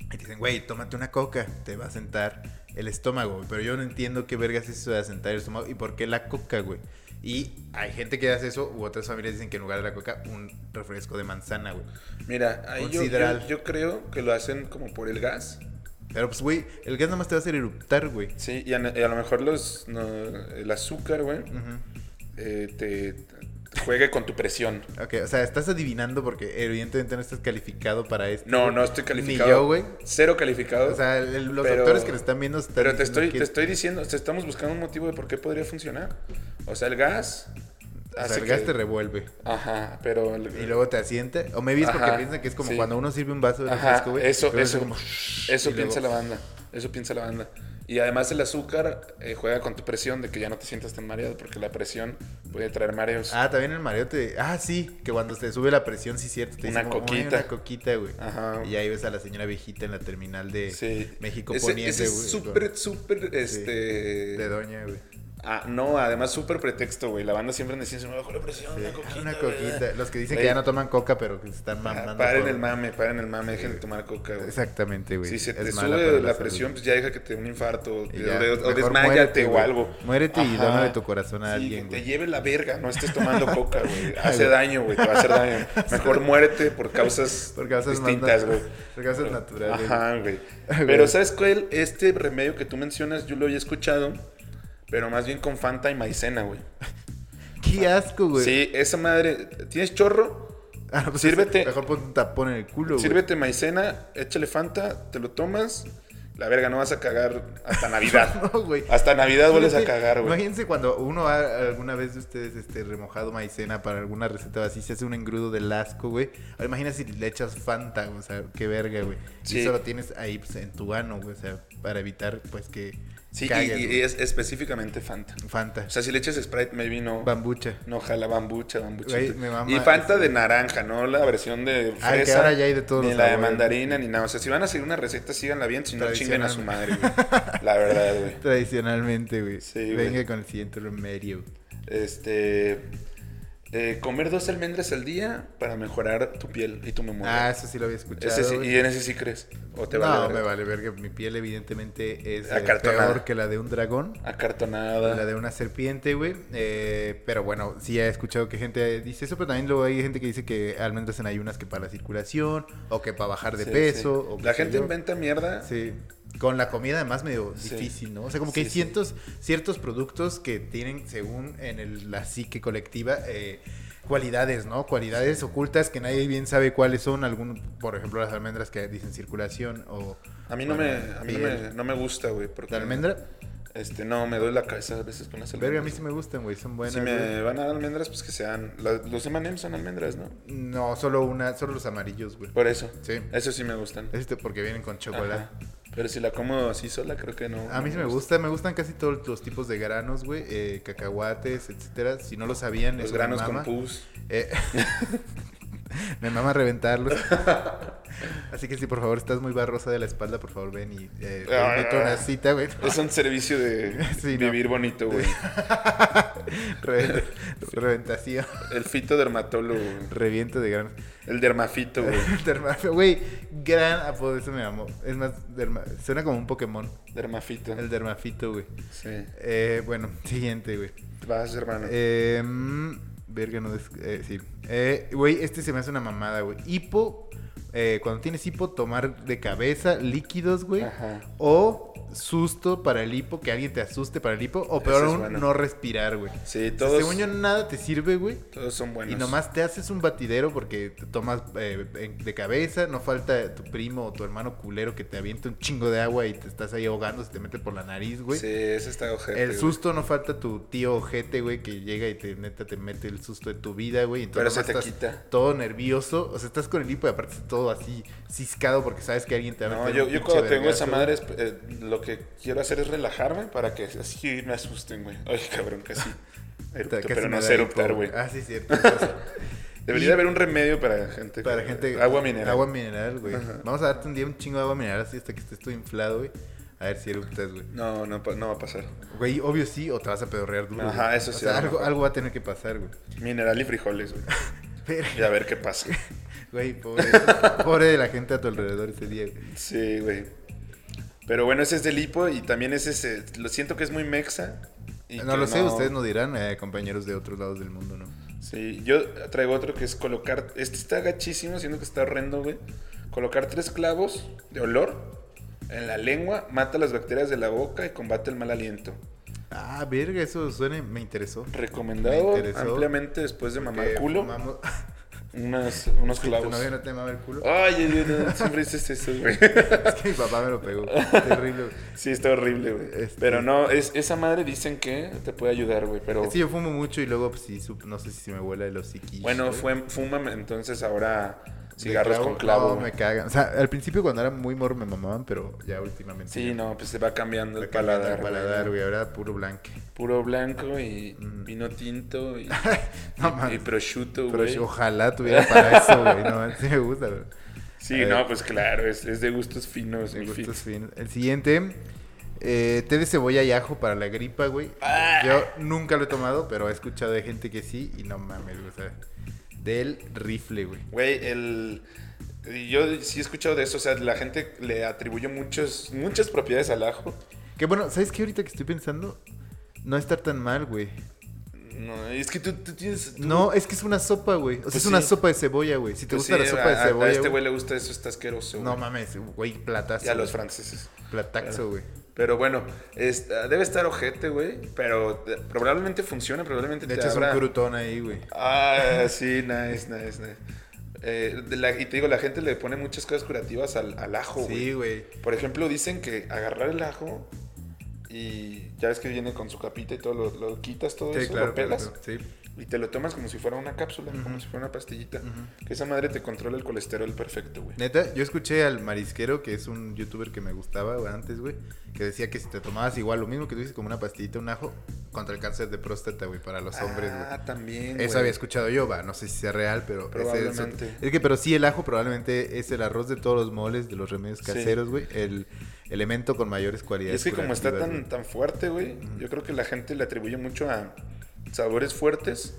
Y te dicen, güey, tómate una coca, te va a sentar el estómago. güey". Pero yo no entiendo qué vergas es eso de sentar el estómago y por qué la coca, güey. Y hay gente que hace eso, u otras familias dicen que en lugar de la coca, un refresco de manzana, güey. Mira, ahí Un yo, sidral. yo- yo creo que lo hacen como por el gas. Pero pues, güey, el gas nada más te va a hacer eruptar, güey. Sí, y a, y a lo mejor los no, el azúcar, güey, Ujú. eh, te, te juegue con tu presión. Ok, o sea, estás adivinando porque evidentemente no estás calificado para esto. No, güey. no estoy calificado. Ni yo, güey. Cero calificado. O sea, el- los Pero- doctores que lo están viendo están pero te diciendo estoy, que- te estoy diciendo, te estamos buscando un motivo de por qué podría funcionar. O sea, el gas. o sea, hace el gas ah, que- te revuelve. Ajá, pero. el- Y luego te asiente. O maybe es porque Ajá, piensan que es como sí. cuando uno sirve un vaso de Ajá, refresco, güey. eso, luego hace eso, como- eso y luego- piensa la banda. Eso piensa la banda. Y además el azúcar eh, juega con tu presión de que ya no te sientas tan mareado porque la presión puede traer mareos. Ah, también el mareo te... Ah, sí, que cuando te sube la presión, sí, cierto. Te Una dicen como, "Ay, coquita". Una coquita, güey. Ajá. Y ahí ves a la señora viejita en la terminal de Sí. México Ese- Poniente, ese güey, es con- súper, súper, De este... doña, güey. Ah, no, además, súper pretexto, güey. La banda siempre decía, se me bajó la presión, Sí, una coquita. una ¿verdad? coquita. Los que dicen Güey. que ya no toman coca, pero que se están Ah, mamando. paren por- el mame, paren el mame, dejen de tomar coca, güey. Exactamente, güey. Si se Es te mala para sube la salud. presión, pues ya deja que te dé un infarto o, Y te- o- ya, o mejor muérete, desmayate o güey. algo. Muérete y Ajá. dona de tu corazón a Sí, alguien, Que te güey. lleve la verga, no estés tomando coca, güey. Hace güey. daño, güey, te va a hacer daño. Mejor muérete por causas, Por causas más distintas, nat- güey. Por causas naturales. Ajá, güey. Güey. Pero ¿sabes cuál? Este remedio que tú mencionas, yo lo había escuchado, pero más bien con Fanta y maicena, güey. Qué asco, güey. Sí, esa madre, ¿tienes chorro? Ah, pues Sírvete. Mejor pon un tapón en el culo, güey. Sírvete maicena, échale Fanta, te lo tomas. La verga, no vas a cagar hasta Navidad. No, güey. Hasta Navidad vuelves a Imagínate- cagar, güey. Imagínense cuando uno ha alguna vez de ustedes este, remojado maicena para alguna receta así, se hace un engrudo del asco, güey. Ahora imagina si le echas Fanta, o sea, qué verga, güey. Sí. Y eso lo tienes ahí pues, en tu ano, güey, o sea, para evitar pues que Sí, y, cagues, y güey. es específicamente Fanta. Fanta, O sea, si le echas Sprite, maybe no. bambucha. No, jala bambucha, bambucha. Güey, me mama Y Fanta eso. de naranja, no la versión de fresa. Ah, que ahora ya hay de todos Ni los la de sabores. mandarina, ni nada. O sea, si van a seguir una receta, síganla bien. Si no, chinguen a su madre, Tradicional. güey. La verdad, güey. Tradicionalmente, güey. Sí, güey. Venga con el siguiente remedio. Este... eh, comer dos almendras al día para mejorar tu piel y tu memoria. Ah, eso sí lo había escuchado. Ese sí- güey. y en ese sí crees. O te no, vale me verga? vale verga. Mi piel evidentemente es eh, Acartonada. peor que la de un dragón. Acartonada. La de una serpiente, güey. Eh, pero bueno, sí he escuchado que gente dice eso, pero también luego hay gente que dice que almendras en ayunas que para la circulación, o que para bajar de Sí, peso. sí. o qué La sé gente yo. inventa mierda. Sí. Con la comida además medio Sí. difícil, ¿no? O sea, como que Sí, hay sí. cientos, ciertos productos que tienen, según en el- la psique colectiva, eh, cualidades, ¿no? Cualidades ocultas que nadie bien sabe cuáles son. Algún, por ejemplo, las almendras que dicen circulación o... A mí no me, para a mí no piel. me, no me gusta, güey. porque- ¿La almendra? Este, no, me duele la cabeza a veces con las Verga, a almendras. mí sí me gustan, güey. Son buenas. si güey. me van a dar almendras, pues que sean. la- los M&M's son almendras, ¿no? No, solo una, solo los amarillos, güey. Por eso. Sí. Eso sí me gustan. Este porque vienen con chocolate. Pues, Ajá. Pero si la como así sola, creo que no. A mí sí me gusta, me gustan casi todos los tipos de granos, güey, eh, cacahuates, etcétera. Si no lo sabían, Los eso me granos con mama. pus. Eh, me mama reventarlos. Así que si por favor estás muy barrosa de la espalda, por favor ven y eh, Ah. vete a una cita, güey. Es un servicio de Sí, no. vivir bonito, güey. Reven- Reventación, El fitodermatólogo, güey. reviento de granos. El dermafito, Eh, güey. Derma- Güey, gran apodo, eso me amó. Es más, derma- suena como un Pokémon. Dermafito. El dermafito, güey. Sí. Eh, bueno, siguiente, güey. Vas, hermano. Eh, mm, verga, no des- eh, sí. Eh, Güey, este se me hace una mamada, güey. Hipo, eh, cuando tienes hipo, tomar de cabeza líquidos, güey. Ajá. O susto para el hipo, que alguien te asuste para el hipo. O peor Ese es aún, bueno. no respirar, güey. O Sí, sea, todos, según yo, nada te sirve, güey. todos son buenos. Y nomás te haces un batidero porque te tomas eh, en- de cabeza, no falta tu primo o tu hermano culero que te avienta un chingo de agua y te estás ahí ahogando, se te mete por la nariz, güey. Sí, ese está ojete. El güey. susto no falta tu tío ojete, güey, que llega y te neta te mete el susto de tu vida, güey. Pero Entonces se te nomás estás quita. todo nervioso. O sea, estás con el hipo y aparte estás todo así ciscado porque sabes que alguien te va a No, meter yo, un yo pinche cuando tengo vergazo, esa güey. madre, es, eh, lo que quiero hacer es relajarme para que así me asusten, güey. Ay, cabrón, casi. erupto, Casi pero me no da sé hipo, eruptar, güey. Ah, sí, cierto. entonces, Debería y- haber un remedio para gente. para que- gente. Agua mineral. Agua mineral, güey. Ajá. Vamos a darte un día un chingo de agua mineral así hasta que estés todo inflado, güey. A ver si eruptas, güey. No, no, pa- no va a pasar. Güey, obvio sí, o te vas a pedorrear duro. Ajá, güey. eso O sí, sea, a lo algo, mejor. algo va a tener que pasar, güey. Mineral y frijoles, güey. Pero, Y a ver qué pasa. güey, pobre, pobre de la gente a tu alrededor ese día, güey. Sí, güey. Pero bueno, ese es del hipo y también ese es ese. Lo siento que es muy mexa. y No que lo sé, ustedes no dirán, eh, compañeros de otros lados del mundo, ¿no? Sí, yo traigo otro que es colocar. Este está gachísimo, siento que está horrendo, güey. Colocar tres clavos de olor en la lengua, mata las bacterias de la boca y combate el mal aliento. Ah, verga, eso suena, me interesó. Recomendado Me interesó. ampliamente después de mamar Que culo, mamo- unas- unos Si tu clavos. novia no te mama el culo. Ay, ay, ay, no, siempre dices eso, güey. Es que mi papá me lo pegó. Terrible. güey. Sí, está horrible, güey. Este- Pero no, es, esa madre dicen que te puede ayudar, güey. Pero Es que yo fumo mucho y luego, pues sí, sup- no sé si se me vuela el hociquillo. bueno, güey. fue, fúmame entonces ahora De cigarros con clavo. No, güey. me cagan. O sea, al principio cuando era muy morro me mamaban, pero ya últimamente. Sí, ya no, pues se va cambiando me el cambiaron paladar. el güey. paladar, güey. Ahora puro blanque. Puro blanco y Mm. vino tinto y, No y- mames. y prosciutto, Pero güey. yo ojalá tuviera para eso, güey. No, sí me gusta, güey. Sí, A no, ver. pues claro, es, es de gustos finos. Me mi gusta fit. ese fin. El siguiente, Eh, té de cebolla y ajo para la gripa, güey. Ah. Yo nunca lo he tomado, pero he escuchado de gente que sí y no mames, o sea, del rifle, güey. Güey, el... Yo sí he escuchado de eso, o sea, la gente le atribuyó muchos, muchas propiedades al ajo. Que bueno, ¿sabes qué? Ahorita que estoy pensando, no estar tan mal, güey. No, es que tú, tú tienes... tú- No, es que es una sopa, güey. O sea, Pues es una sí. sopa de cebolla, güey. Si te pues gusta sí, la sopa a- de A, cebolla, este güey. güey le gusta eso, está asqueroso. No güey. mames, güey, platazo. Y a los güey. franceses. Plataxo, güey. Pero bueno, es- debe estar ojete, güey. Pero te- probablemente funcione, probablemente Le te echas abra- un crutón ahí, güey. Ah, sí, nice, nice, nice. Eh, de la- y te digo, la gente le pone muchas cosas curativas al, al ajo, güey. Sí, güey. Por ejemplo, dicen que agarrar el ajo y ya ves que viene con su capita y todo, lo, lo quitas todo Sí, eso, claro. lo pelas claro, Sí. y te lo tomas como si fuera una cápsula, como si fuera una pastillita. Que esa madre te controla el colesterol perfecto, güey. Neta, yo escuché al marisquero, que es un youtuber que me gustaba güey, antes, güey, que decía que si te tomabas igual lo mismo que tú dices, como una pastillita, un ajo, contra el cáncer de próstata, güey, para los hombres, güey. Ah, también, Eso güey. había escuchado yo, va, no sé si sea real, pero... ese- eso- Probablemente. es que, pero sí, el ajo probablemente es el arroz de todos los moles, de los remedios Sí. caseros, güey, el elemento con mayores Y cualidades. es que como está curativas, tan, tan güey. fuerte, güey, yo creo que la gente le atribuye mucho a sabores fuertes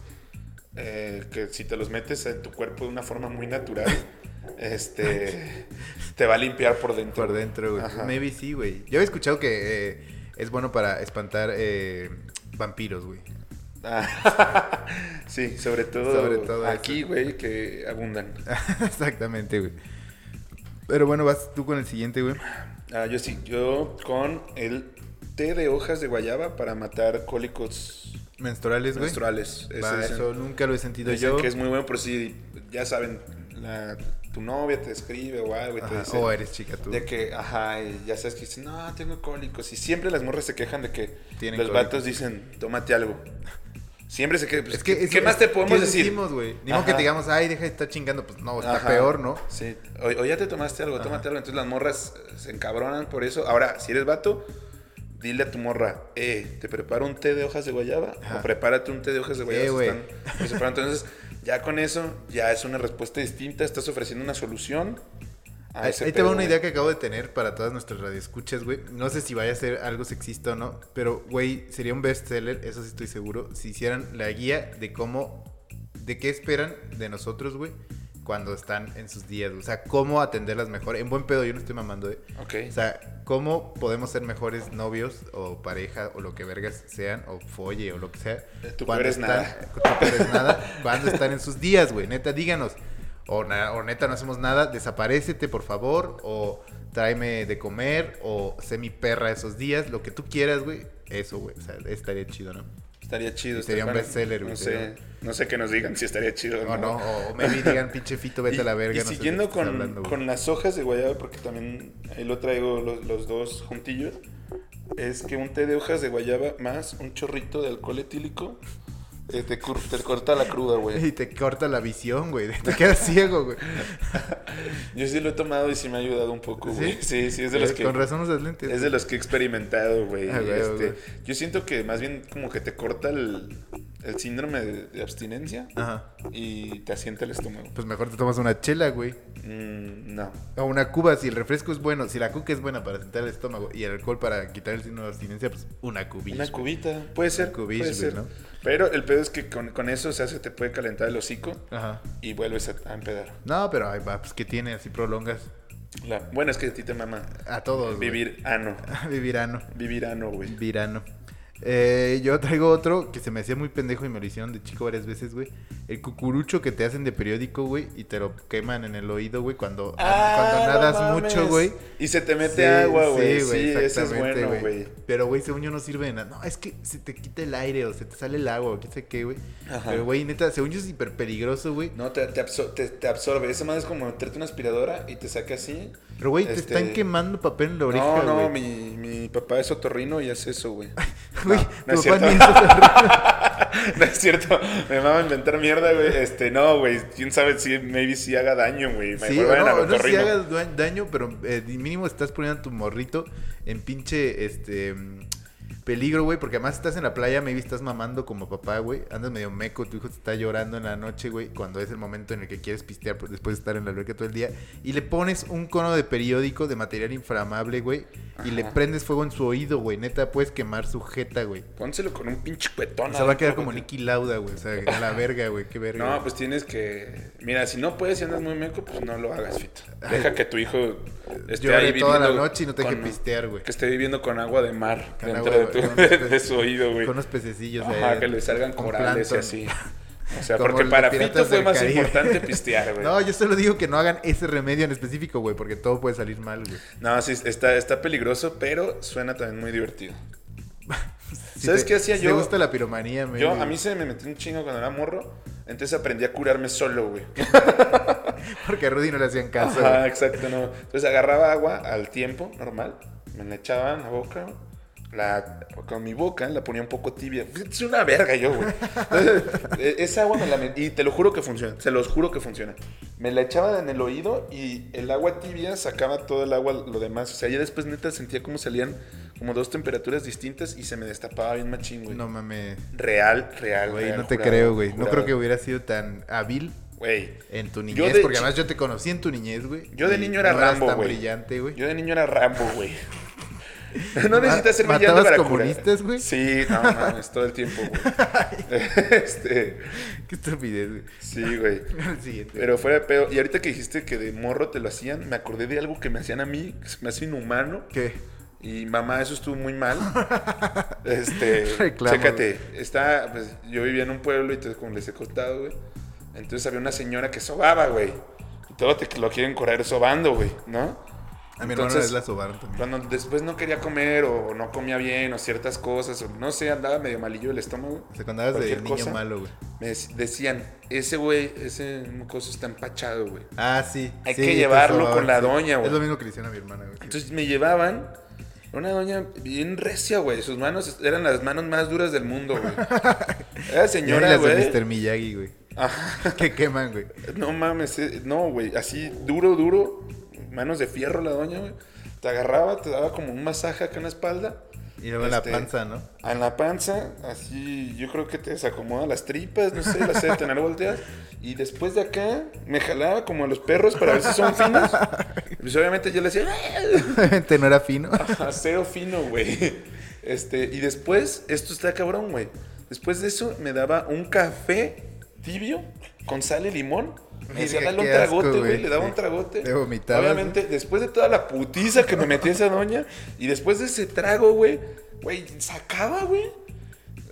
eh, que si te los metes en tu cuerpo de una forma muy natural, este, te va a limpiar por dentro. Por güey. dentro, güey. Ajá. Maybe sí, güey. Yo había escuchado que eh, es bueno para espantar eh, vampiros, güey. Ah, sí, sobre todo, Sobre todo aquí, eso. güey, que abundan. Exactamente, güey. Pero bueno, vas tú con el siguiente, güey. Ah, yo sí, yo con el té de hojas de guayaba para matar cólicos Menstruales, güey. menstruales. Va, Ese es el- eso nunca lo he sentido Dicen yo. que es muy bueno, pero si ya saben, la- tu novia te escribe o algo y te Ajá, dice. O eres chica tú. De que, ajá, y ya sabes que dicen, no, tengo cólicos. Y siempre las morras se quejan de que Tienen los cólicos. vatos dicen, tómate algo. Siempre se quejan. pues, Es que, ¿qué, es- qué más te es- podemos ¿qué decir? decimos, güey? Ni modo Ajá. que te digamos, ay, deja de estar chingando. Pues no, está Ajá. peor, ¿no? Sí, o, o ya te tomaste algo, tómate algo. Entonces las morras eh, se encabronan por eso. Ahora, si eres vato, dile a tu morra, eh, te preparo un té de hojas de guayaba Ajá. o prepárate un té de hojas de guayaba. Eh, si güey. están por separado. Entonces, ya con eso, ya es una respuesta distinta. Estás ofreciendo una solución. a Ahí, ese ahí te pedo, va una güey. idea que acabo de tener para todas nuestras radioescuchas, güey. No sé si vaya a ser algo sexista o no, pero, güey, sería un bestseller, eso sí estoy seguro, si hicieran la guía de cómo, de qué esperan de nosotros, güey, cuando están en sus días, güey. o sea, cómo atenderlas mejor. En buen pedo, yo no estoy mamando, eh. Ok. O sea, cómo podemos ser mejores novios o pareja o lo que vergas sean o folle o lo que sea. Tú cuando eres están- nada. Tú eres nada. Cuando están en sus días, güey. Neta, díganos. O, na- o neta, no hacemos nada. Desaparécete, por favor. O tráeme de comer. O sé mi perra esos días. Lo que tú quieras, güey. Eso, güey. O sea, estaría chido, ¿no? Estaría chido. Y sería un estaría- bestseller, güey, No sé, sería- no sé qué nos digan si estaría chido O no. O, me digan, pinche fito, vete Y- a la verga. Y no sé de qué siguiendo estás con, hablando, güey". con las hojas de guayaba, porque también ahí lo traigo los, los dos juntillos, es que un té de hojas de guayaba más un chorrito de alcohol etílico eh, te, cur- te corta la cruda, güey. Y te corta la visión, güey. Te quedas ciego, güey. Yo sí lo he tomado y sí me ha ayudado un poco, güey. ¿Sí? sí, es de los Eh, que... Con razón usas lentes. Es de los que he experimentado, güey. Ah, güey, Este, güey. yo siento que más bien como que te corta el, el síndrome de, de abstinencia Ajá. y te asienta el estómago. Pues mejor te tomas una chela, güey. Mm, no. O una cuba, si el refresco es bueno, si la coca es buena para sentar el estómago y el alcohol para quitar el signo de abstinencia, pues una cubilla. Una cubita. Puede ser. cubish, puede güey, ser. ¿no? Pero el pedo es que con, con eso o sea, se te puede calentar el hocico Ajá. y vuelves a, a empedar. No, pero ahí va, pues que tiene, así prolongas La- bueno, es que a ti te mama a todos. güey. vivir ano. Vivirano. Vivir ano, güey. Virano. Eh, yo traigo otro que se me hacía muy pendejo y me lo hicieron de chico varias veces, güey. El cucurucho que te hacen de periódico, güey, y te lo queman en el oído, güey, cuando, cuando Ah, no nadas mames. mucho, güey. Y se te mete Sí, agua, güey. Sí, ese es exactamente, bueno, güey. Pero, güey, según yo no sirve de nada. No, es que se te quita el aire o se te sale el agua o qué sé qué, güey. Ajá. Pero, güey, neta, según yo es hiper peligroso, güey. No, te, te, absor- te- te absorbe. Esa madre es como meterte una aspiradora y te saca así. Pero, güey, te Este- están quemando papel en la oreja, no, güey. no, mi, mi papá es otorrino y hace eso, güey. Güey, no, no tu es cierto. papá ni hizo- No es cierto, me mama inventar mierda, güey. Este, no, güey. Quién sabe si maybe si haga daño, güey. Me Sí, vuelvan no, al no sé si otorrino. hagas dua- daño, pero eh, mínimo estás poniendo a tu morrito en pinche, este... mm, peligro, güey, porque además estás en la playa, maybe estás mamando como papá, güey. Andas medio meco, tu hijo te está llorando en la noche, güey, cuando es el momento en el que quieres pistear pues, después de estar en la alberca todo el día. Y le pones un cono de periódico de material inflamable, güey, y le Ajá. prendes fuego en su oído, güey. Neta, puedes quemar su jeta, güey. Pónselo con un pinche cuetón. O sea, va a adentro, quedar como güey. Nicky Lauda, güey. O sea, a la verga, güey. Qué verga. No, pues tienes que. Mira, si no puedes y andas muy meco, pues no lo hagas, Fito. Deja que tu hijo esté Llore ahí toda la viviendo noche y no te deje con- pistear, güey. Que esté viviendo con agua de mar Con dentro de, agua tu- con unos peces- de su oído, güey. Con unos pececillos. Ajá, ahí, que le salgan con corales y plancton. así. O sea, Como porque los para piratas Fito fue del más Caribe. importante pistear, güey. No, yo solo digo que no hagan ese remedio en específico, güey, porque todo puede salir mal, güey. No, sí, está, está peligroso, pero suena también muy divertido. Si ¿Sabes te- qué hacía si yo? ¿Te gusta la piromanía, güey? Yo, a mí se me metió un chingo cuando era morro, entonces aprendí a curarme solo, güey. Porque a Rudy no le hacían caso. Ajá, güey. exacto, no. Entonces agarraba agua al tiempo, normal, me la echaba en la boca, la, con mi boca la ponía un poco tibia. Es una verga yo, güey. Entonces, e- esa agua me la met- y te lo juro que funciona, se los juro que funciona. Me la echaba en el oído y el agua tibia sacaba todo el agua, lo demás. O sea, ya después neta sentía como salían como dos temperaturas distintas y se me destapaba bien machín, güey. No mames. Real, real, Güey, real, no te jurado, creo, güey. No jurado. creo que hubiera sido tan hábil Güey, en tu niñez. Yo de porque chi- además yo te conocí en tu niñez, güey. Yo de y niño era no eras Rambo, tan güey. brillante, güey. Yo de niño era Rambo, güey. No Ma- necesitas ser brillante ¿matabas para comunistas, curar. güey? Sí, no mames, todo el tiempo, güey. este, Qué estupidez, güey. sí, güey. El siguiente. Pero fuera de pedo. Y ahorita que dijiste que de morro te lo hacían, me acordé de algo que me hacían a mí, que se me hace inhumano. ¿Qué? Y mamá, eso estuvo muy mal. Este, Reclamo, chécate, está, pues, yo vivía en un pueblo y entonces como les he contado, güey. Entonces había una señora que sobaba, güey. Y todo te lo quieren correr sobando, güey, ¿no? A mi hermano Entonces- les la sobaron también. Cuando después no quería comer o no comía bien o ciertas cosas, o no sé, andaba medio malillo el estómago. O sea, cuando hablas de cualquier niño cosa, malo, güey. Me dec- decían, ese güey, ese mucoso está empachado, güey. Ah, sí. Hay sí, que te llevarlo sobaban, con la sí. doña, güey. Es lo mismo que le hicieron a mi hermana, güey. Entonces me llevaban una doña bien recia, güey. Sus manos eran las manos más duras del mundo, güey. Era Y eran señora, las de güey. Mr. Miyagi, güey. Ajá. Que queman, güey. No mames, eh, no, güey, así duro, duro, manos de fierro la doña, güey. Te agarraba, te daba como un masaje acá en la espalda. Y luego en la Este, panza, ¿no? En la panza, así yo creo que te desacomoda las tripas, no sé, las he de tener volteadas. Y después de acá me jalaba como a los perros para ver si son finos. Pues obviamente yo le decía, "Ah", Obviamente no era fino. a cero fino, güey. Este, y después, esto está cabrón, güey. Después de eso me daba un café tibio con sal y limón. Me decía, Verga, dale un qué asco, tragote, güey. güey. Le daba un Sí. tragote. Te vomitabas, Obviamente, después de toda la putiza que me metía esa doña, y después de ese trago, güey, güey, sacaba, güey.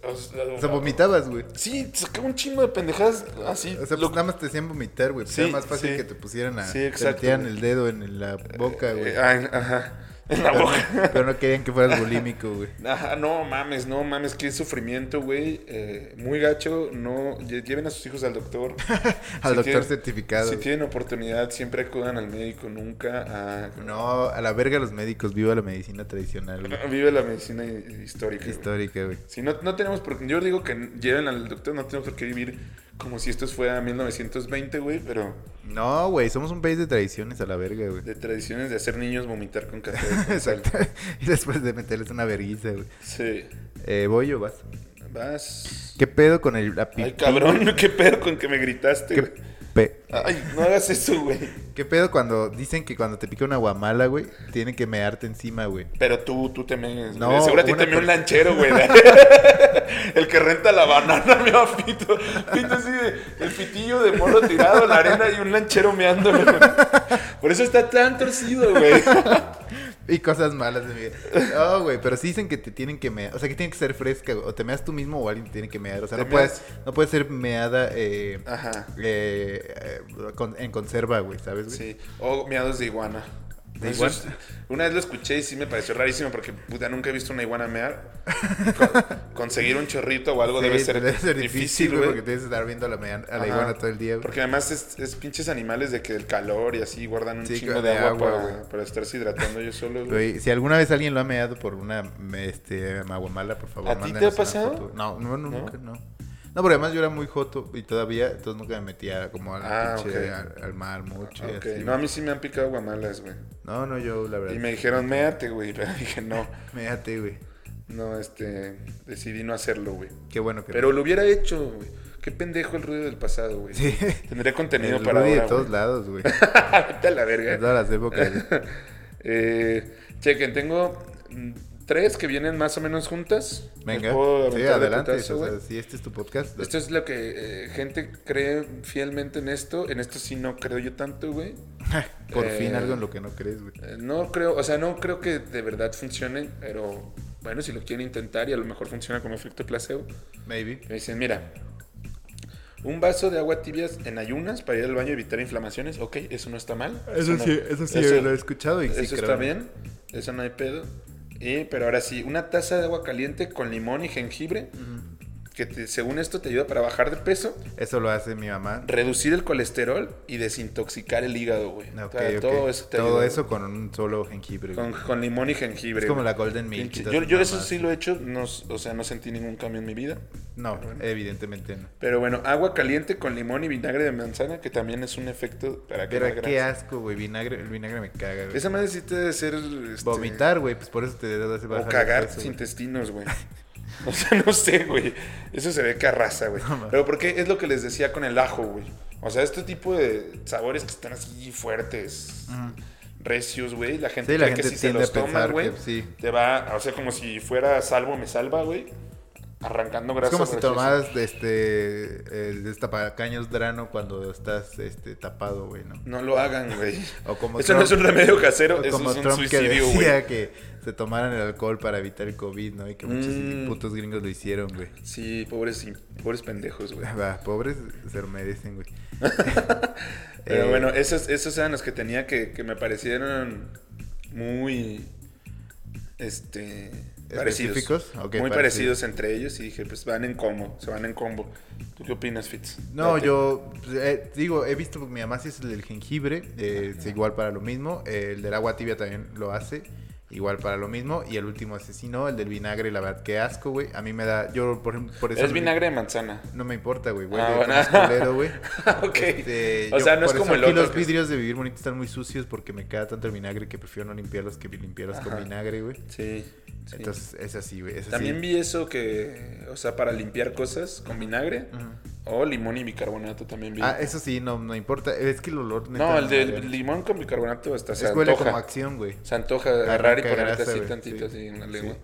O sea, O sea, vomitabas, güey. Sí, sacaba un chingo de pendejadas así. O sea, lo- pues nada más te hacían vomitar, güey. Pues Sí, era más fácil sí. que te pusieran a... Sí, te exacto, metieran güey. el dedo en la boca, güey. Eh, ah, en- ajá. En la boca. Pero no querían que fueras bulímico, güey. Ajá, no mames, no mames, qué sufrimiento, güey. Eh, muy gacho, no lle- lleven a sus hijos al doctor. Al Si doctor tienen- certificado. Si güey. tienen oportunidad, siempre acudan al médico, nunca a... No, a la verga los médicos. Viva la medicina tradicional, güey. Vive la medicina hi- histórica. güey. Histórica, güey. Si no, no tenemos por qué, yo digo que lleven al doctor, no tenemos por qué vivir como si esto fuera 1920, güey, pero No, güey. Somos un país de tradiciones a la verga, güey. de tradiciones de hacer niños vomitar con café. con sal. Exacto. Y después de meterles una vergüenza, güey. Sí. Eh, ¿Voy o vas? Vas... ¿Qué pedo con el, la Ay, pipí? cabrón, qué pedo con que me gritaste. ¿Qué, güey. pe- Ay, no hagas eso, güey. ¿Qué pedo cuando dicen que cuando te pica una guamala, güey, tienen que mearte encima, güey? Pero tú, tú te mees. No, güey. Seguro a ti una te meó un per- lanchero, güey. el que renta la banana, me va Fito. Fito así de, el pitillo de morro tirado en la arena y un lanchero meándole, güey. Por eso está tan torcido, güey. Y cosas malas de mi vida. No, güey, pero sí dicen que te tienen que mear. O sea, que tiene que ser fresca, güey. O te meas tú mismo o alguien te tiene que mear. O sea, Te no puedes, no puedes ser meada eh, Ajá. eh, eh, con- en conserva, güey, ¿sabes, güey? Sí. O miados de iguana. ¿De Eso es- iguana? una vez lo escuché y sí me pareció rarísimo porque, puta, nunca he visto una iguana mear. Con- conseguir un chorrito o algo Sí, debes debe ser, difícil, güey, porque tienes que estar viendo a la, mea- a la Ajá. iguana todo el día, güey. Porque además es, es pinches animales de que el calor y así guardan un Sí, chingo que- de de agua, agua, para, güey. para estarse hidratando ellos solos. güey. Güey, si alguna vez alguien lo ha meado por una me- este, aguamala, por favor, ¿A ti te mándenos ha una pasado? foto. No, no, no, nunca, no. No, porque además yo era muy joto y todavía, entonces nunca me metía como a la Ah, pinche, ok. al, al mar mucho Ah, y ok. así, No, a güey. mí sí me han picado guamalas, güey. no, no, yo la verdad. Y me dijeron, méate, güey. Pero dije, no. Méate, güey. No, este, decidí no hacerlo, güey. Qué bueno que Pero lo hubiera hecho, güey. Qué pendejo el ruido del pasado, güey. Sí. Tendría contenido El para Rudy ahora, de todos güey. lados, güey. Vete a la De verga. todas las épocas. Eh, chequen, tengo mm, tres que vienen más o menos juntas. ¿Les Venga. puedo aventar Sí, de adelante. putazo, o sea, güey? si este es tu podcast. Esto es lo que eh, gente cree fielmente en esto. En esto sí no creo yo tanto, güey. Por eh, fin algo en lo que no crees, güey. Eh, No creo, o sea, no creo que de verdad funcione, pero bueno, si lo quieren intentar y a lo mejor funciona como efecto placebo. Maybe. Me dicen, mira, un vaso de agua tibias en ayunas para ir al baño y evitar inflamaciones. Ok, eso no está mal. Eso no- sí, eso sí eso- lo he escuchado y sí eso creo. está bien, eso no hay pedo. Y, pero ahora sí, una taza de agua caliente con limón y jengibre, Ujú. que te- según esto te ayuda para bajar de peso, Eso lo hace mi mamá. reducir el colesterol y desintoxicar el hígado, güey. O Ok, sea, ok. Todo eso te Todo ayuda, eso con un solo jengibre. güey. Con, güey. con limón y jengibre. Es como güey. la Golden Milk. y Pinche- todas Yo, esas yo eso mamadas. sí lo he hecho, no, s- o sea, no sentí ningún cambio en mi vida. No, evidentemente no. Pero bueno, agua caliente con limón y vinagre de manzana, que también es un efecto para que Pero qué asco, güey. Vinagre, el vinagre me caga, güey. Ah, Esa madre sí te debe ser... este, Vomitar, güey, pues por eso te hace bajar O de cagar peso, tus güey. intestinos, güey. O sea, no sé, güey. Eso se ve carraza, güey. No, man. Pero porque es lo que les decía con el ajo, güey. O sea, este tipo de sabores que están así fuertes, Ujú. recios, güey. La gente Sí, la cree que gente si se tiende a los toma, pensar güey, que sí. te va... O sea, como si fuera salvo me salva, güey. Arrancando Es grasa. como si graciosa. tomaras este el destapacaños drano cuando estás este tapado, güey, ¿no? No lo hagan, güey. O como Eso no es un remedio casero, eso como es un Trump suicidio, que güey. decía que se tomaran el alcohol para evitar el COVID, ¿no? Y que muchos Mm. putos gringos lo hicieron, güey. Sí, pobres, pobres pendejos, güey. Va, pobres se lo merecen, güey. Pero Eh, bueno, esos, esos eran los que tenía que, que me parecieron muy. Este. Parecidos. ¿Específicos? Ok, muy parecidos. parecidos entre ellos y dije, pues van en combo, se van en combo. ¿Tú qué opinas, Fitz? No, Date. yo pues, eh, digo, he visto, mi mamá sí es el del jengibre, eh, es igual para lo mismo, eh, el del agua tibia también lo hace, igual para lo mismo, y el último asesino, el del vinagre, la verdad, qué asco, güey, a mí me da, yo por, ejemplo, por eso... Es no- vinagre de manzana. No me importa, güey, güey, Ah, de bueno. culero, güey. ok. Este, o yo sea, no es por como eso el otro. Aquí los que es- vidrios de Vivir Bonito están muy sucios porque me queda tanto el vinagre que prefiero no limpiarlos que limpiarlos Ajá. con vinagre, güey. Sí. sí. Entonces, es así, güey, es así. También vi eso que. O sea, para limpiar cosas con vinagre. Ujú. O limón y bicarbonato también vi. Ah, eso sí, no, no importa, es que el olor... neta, no, el de me da- limón con bicarbonato hasta se Es huele como antoja. acción, güey. Se antoja Arranca agarrar y ponerte grasa, así güey, tantito sí. así en la Sí. lengua.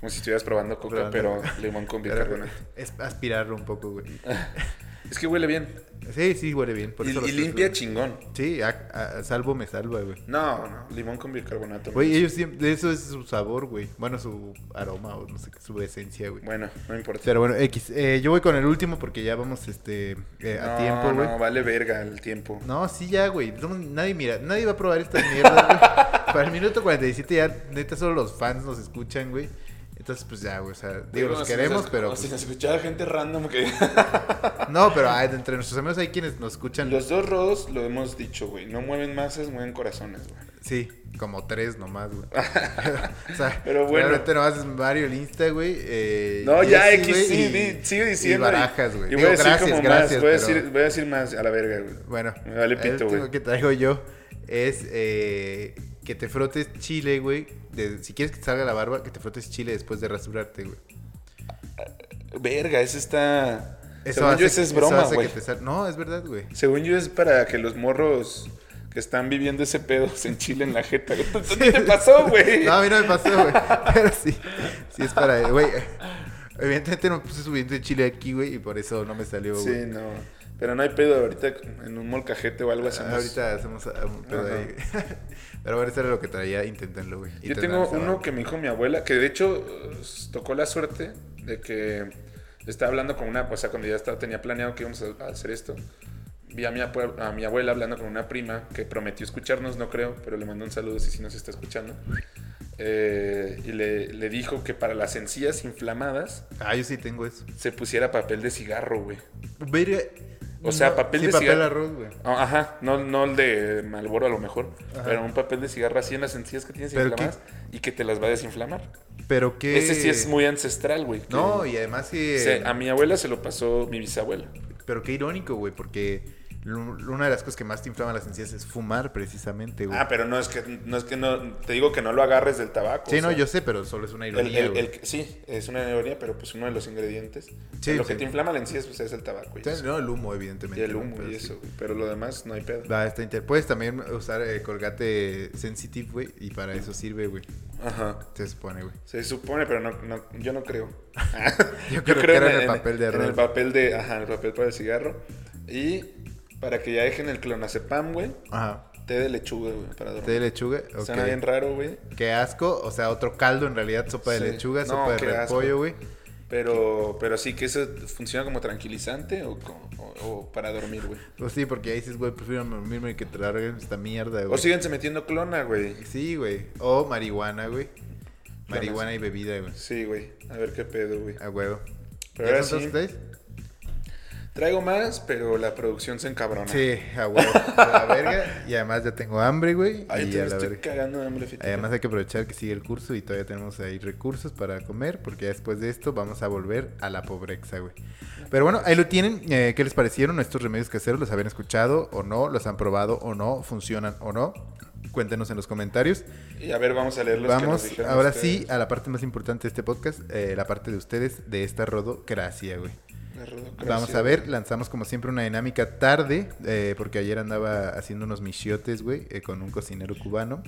Como si estuvieras probando coca, Probando pero coca. limón con Pero, bicarbonato. Es aspirarlo un poco, güey. Es que huele bien. Sí, sí, huele bien. Por Y, eso lo y estoy limpia usando. chingón. Sí, a, a- salvo me salva, güey. No, no, limón con bicarbonato. Güey, ellos siempre, eso es su sabor, güey. Bueno, su aroma o no sé, qué, su esencia, güey. Bueno, no importa. Pero bueno, X. Eh, yo voy con el último porque ya vamos este, eh, a No, tiempo, güey. No, No, vale verga el tiempo. sí, ya, güey. No, nadie mira, nadie va a probar esta mierda, güey. Para el minuto 47 ya, neta, solo los fans nos escuchan, güey. Entonces, pues ya, güey. O sea, digo, los si queremos, nos- pero... o Si pues, nos escuchaba gente random que. no, pero ah, entre nuestros amigos hay quienes nos escuchan. Los dos rodos lo hemos dicho, güey. No mueven masas, mueven corazones, güey. Sí, como tres nomás, güey. o sea, Pero bueno. Realmente nomás es Mario el Insta, güey. eh, No, ya, Jesse, X, güey, sí, y- di- sigue y diciendo. barajas, güey. Y voy Digo, a decir gracias, como gracias. más. Voy a, pero, decir, voy a decir más a la verga, güey. Bueno, Me vale el pito, último güey. que traigo yo es eh, que te frotes chile, güey. de- si quieres que te salga la barba, que te frotes chile después de rasurarte, güey. Verga, ese está. Eso Según hace, yo, ese es eso broma, hace güey. que te sal- No, es verdad, güey. Según yo es para que los morros que están viviendo ese pedo se enchilen la jeta. güey. ¿Tú- ¿Qué te pasó, güey? No, a mí no me pasó, güey. Pero sí, sí es para, güey. Evidentemente no puse subiendo chile aquí, güey, y por eso no me salió, güey. sí, no. Pero no hay pedo ahorita en un molcajete o algo así. Ahorita hacemos ah, un pedo Ajá. ahí. Pero bueno, eso era lo que traía, inténtenlo, güey. Yo Intentan tengo esa uno barba. que me dijo mi abuela, que de hecho eh, tocó la suerte de que estaba hablando con una, o sea, cuando ya estaba, tenía planeado que íbamos a, a hacer esto. Vi a mi, apue- a mi abuela hablando con una prima que prometió escucharnos, no creo, pero le mandó un saludo si, si nos está escuchando. Eh, y le, le dijo que para las encías inflamadas Ah, yo sí tengo eso. se pusiera papel de cigarro, güey. Verga. O sea, papel sí, de papel cigarro. arroz, güey. Ah, Ajá, no, no el de Malboro a lo mejor, Ajá. pero un papel de cigarro así en las encías que tienes Pero inflamadas y que te las va a desinflamar. Pero que... Ese sí es muy ancestral, güey. que- No, y además eh, que... se- a mi abuela se lo pasó mi bisabuela. Pero qué irónico, güey, porque lo- una de las cosas que más te inflaman las encías es fumar, precisamente, güey. Ah, pero no es que no es que no te digo que no lo agarres del tabaco. sí, o no, sea, yo sé, pero solo es una el- ironía, el- güey. el- sí, es una ironía, pero pues uno de los ingredientes. Sí, lo sí. que te inflama la encía es, pues, es el tabaco. Y, Sí, eso. no, el humo, Y evidentemente. el ¿no? humo Pero y sí. eso, güey, pero lo demás no hay pedo. Va, está inter... Puedes también usar eh, colgate sensitive, güey, y para eso sirve, güey. Ajá. Se supone, güey. Se supone, pero no, no- yo no creo. Yo creo que era en el papel de en arroz. el papel de, ajá, en el papel para el cigarro. Y para que ya dejen el clonazepam, güey, Ajá. té de lechuga, güey, para dormir. Té de lechuga, ok. Suena bien raro, güey, Qué asco, o sea, otro caldo en realidad, sopa de Sí. lechuga, No, sopa de qué asco. repollo, güey. pero, pero sí que eso funciona como tranquilizante o, como- o- o para dormir, güey. Pues sí, porque ahí dices, güey, prefiero dormirme que tragar esta mierda, güey. O síganse metiendo clona, güey. Sí, güey. O marihuana, güey. Marihuana y bebida, güey. Sí, güey. A ver qué pedo, güey. A huevo. Pero ¿Ya ahora son sí, todos ustedes? Traigo más, pero la producción se encabrona. Sí, a huevo. A la verga. Y además ya tengo hambre, güey. Ay, Y te a me la estoy verga. cagando de hambre, fíjate. Además hay que aprovechar que sigue el curso y todavía tenemos ahí recursos para comer, porque ya después de esto vamos a volver a la pobreza, güey. Pero bueno, ahí lo tienen. Eh, ¿Qué les parecieron estos remedios caseros? ¿Los habían escuchado o no? ¿Los han probado o no? ¿Funcionan o no? Cuéntenos en los comentarios. Y a ver, vamos a leer los que nos Vamos dijeron ahora ustedes. sí a la parte más importante de este podcast, eh, la parte de ustedes de esta rodocracia, güey. La rodocracia. Vamos a ver, lanzamos como siempre una dinámica tarde, eh, porque ayer andaba haciendo unos michiotes, güey, eh, con un cocinero cubano.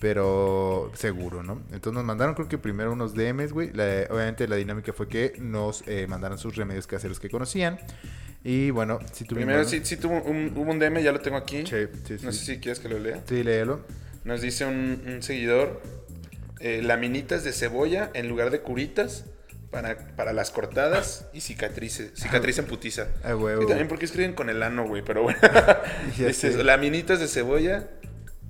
Pero seguro, ¿no? Entonces nos mandaron creo que primero unos DMs, güey. La- obviamente la dinámica fue que nos eh, mandaron sus remedios caseros que conocían. Y bueno, si tuvimos... Primero, sí, sí tuvo un, hubo un DM, ya lo tengo aquí. Sí, sí, sí. No sé si quieres que lo lea. Sí, léelo. Nos dice un, un seguidor: eh, laminitas de cebolla en lugar de curitas para, para las cortadas y cicatrices. Cicatriz en putiza. A huevo. Y también porque escriben con el ano, güey, pero bueno. Ya Dice, sé. laminitas de cebolla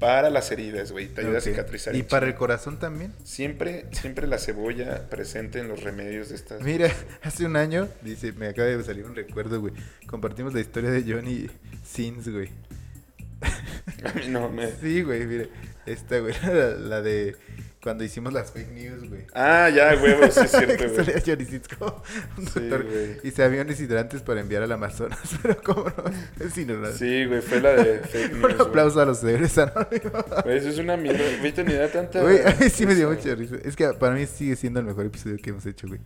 para las heridas, güey. Te ayuda Ok. a cicatrizar. Y el para chido. el corazón también. Siempre, siempre la cebolla presente en los remedios de estas. Mira, hace un año, dice, me acaba de salir un recuerdo, güey. Compartimos la historia de Johnny Sins, güey. A mí no me. Sí, güey, mire. Esta, güey, la, la de cuando hicimos las fake news, güey. Ah, ya, huevo, sí es cierto, Que güey. salía Johnny Sins como un Sí, doctor. güey. Y se aviones hidrantes para enviar al Amazonas, pero cómo no. Sí, no, no. Sí, güey, fue la de fake news. un güey. aplauso a los señores anónimos. Güey, eso es una mierda. Viste, ni da tanta. Güey, a mí sí me dio risa. mucha risa. Es que para mí sigue siendo el mejor episodio que hemos hecho, güey.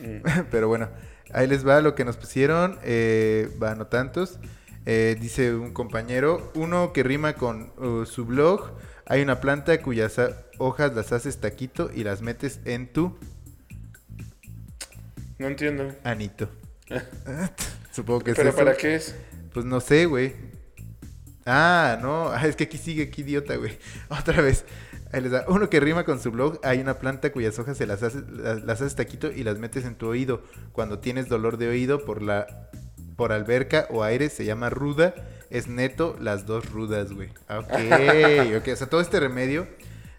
Mm. Pero bueno, ahí les va lo que nos pusieron. Eh, va, no tantos. Eh, dice un compañero, uno que rima con uh, su blog. Hay una planta cuyas a- hojas las haces taquito y las metes en tu No entiendo. anito. Supongo que es ¿Pero eso. para qué es? Pues no sé, güey. Ah, no. Ah, es que aquí sigue, aquí idiota, güey. Otra vez. Ahí les da. Uno que rima con su blog. Hay una planta cuyas hojas se las haces, las, las haces taquito y las metes en tu oído. Cuando tienes dolor de oído por la por alberca o aire se llama ruda. Es neto las dos rudas, güey. Ah, Ok, ok. O sea, todo este remedio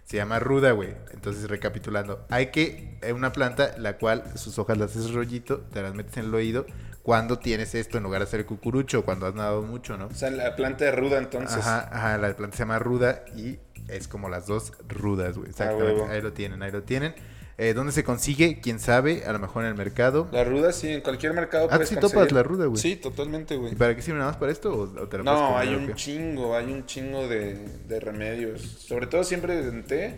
se llama ruda, güey. Entonces, recapitulando, hay que eh, una planta la cual sus hojas las haces rollito, te las metes en el oído. Cuando tienes esto en lugar de hacer cucurucho, cuando has nadado mucho, ¿no? O sea, la planta de ruda, entonces. Ajá, ajá, la planta se llama ruda y es como las dos rudas, güey. Exactamente. Ah, huevo. ahí lo tienen, ahí lo tienen. Eh, ¿Dónde se consigue? ¿Quién sabe? A lo mejor en el mercado. La ruda, sí, en cualquier mercado Ah, puedes sí conseguir. topas la ruda, güey. pues, Sí, totalmente, güey. ¿Y para qué sirve nada más para esto? ¿O, o te la puedes No, comer, hay o un qué? chingo, hay un chingo de, de remedios. Sobre todo siempre en té,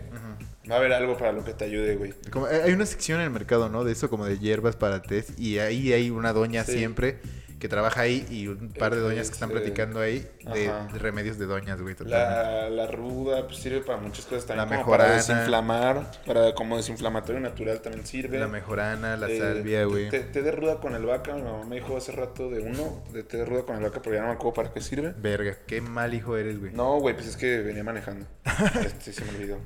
va a haber algo para lo que te ayude, güey. Como- eh, hay hay una sección en el mercado, ¿no? De eso, como de hierbas para test. Y ahí hay una doña Sí. siempre que trabaja ahí y un par de Eh, doñas que están sí. platicando ahí de, Ajá. de remedios de doñas, güey. totalmente. La, la ruda pues, sirve para muchas cosas también. La como para mejorana. desinflamar, para como desinflamatorio natural también sirve. La mejorana, la Eh, salvia, güey. Té, té de ruda con el vaca, mi mamá me dijo hace rato de uno, de té de ruda con el vaca, pero ya no me acuerdo para qué sirve. Verga, qué mal hijo eres, güey. No, güey, pues es que venía manejando. Este, se me olvidó.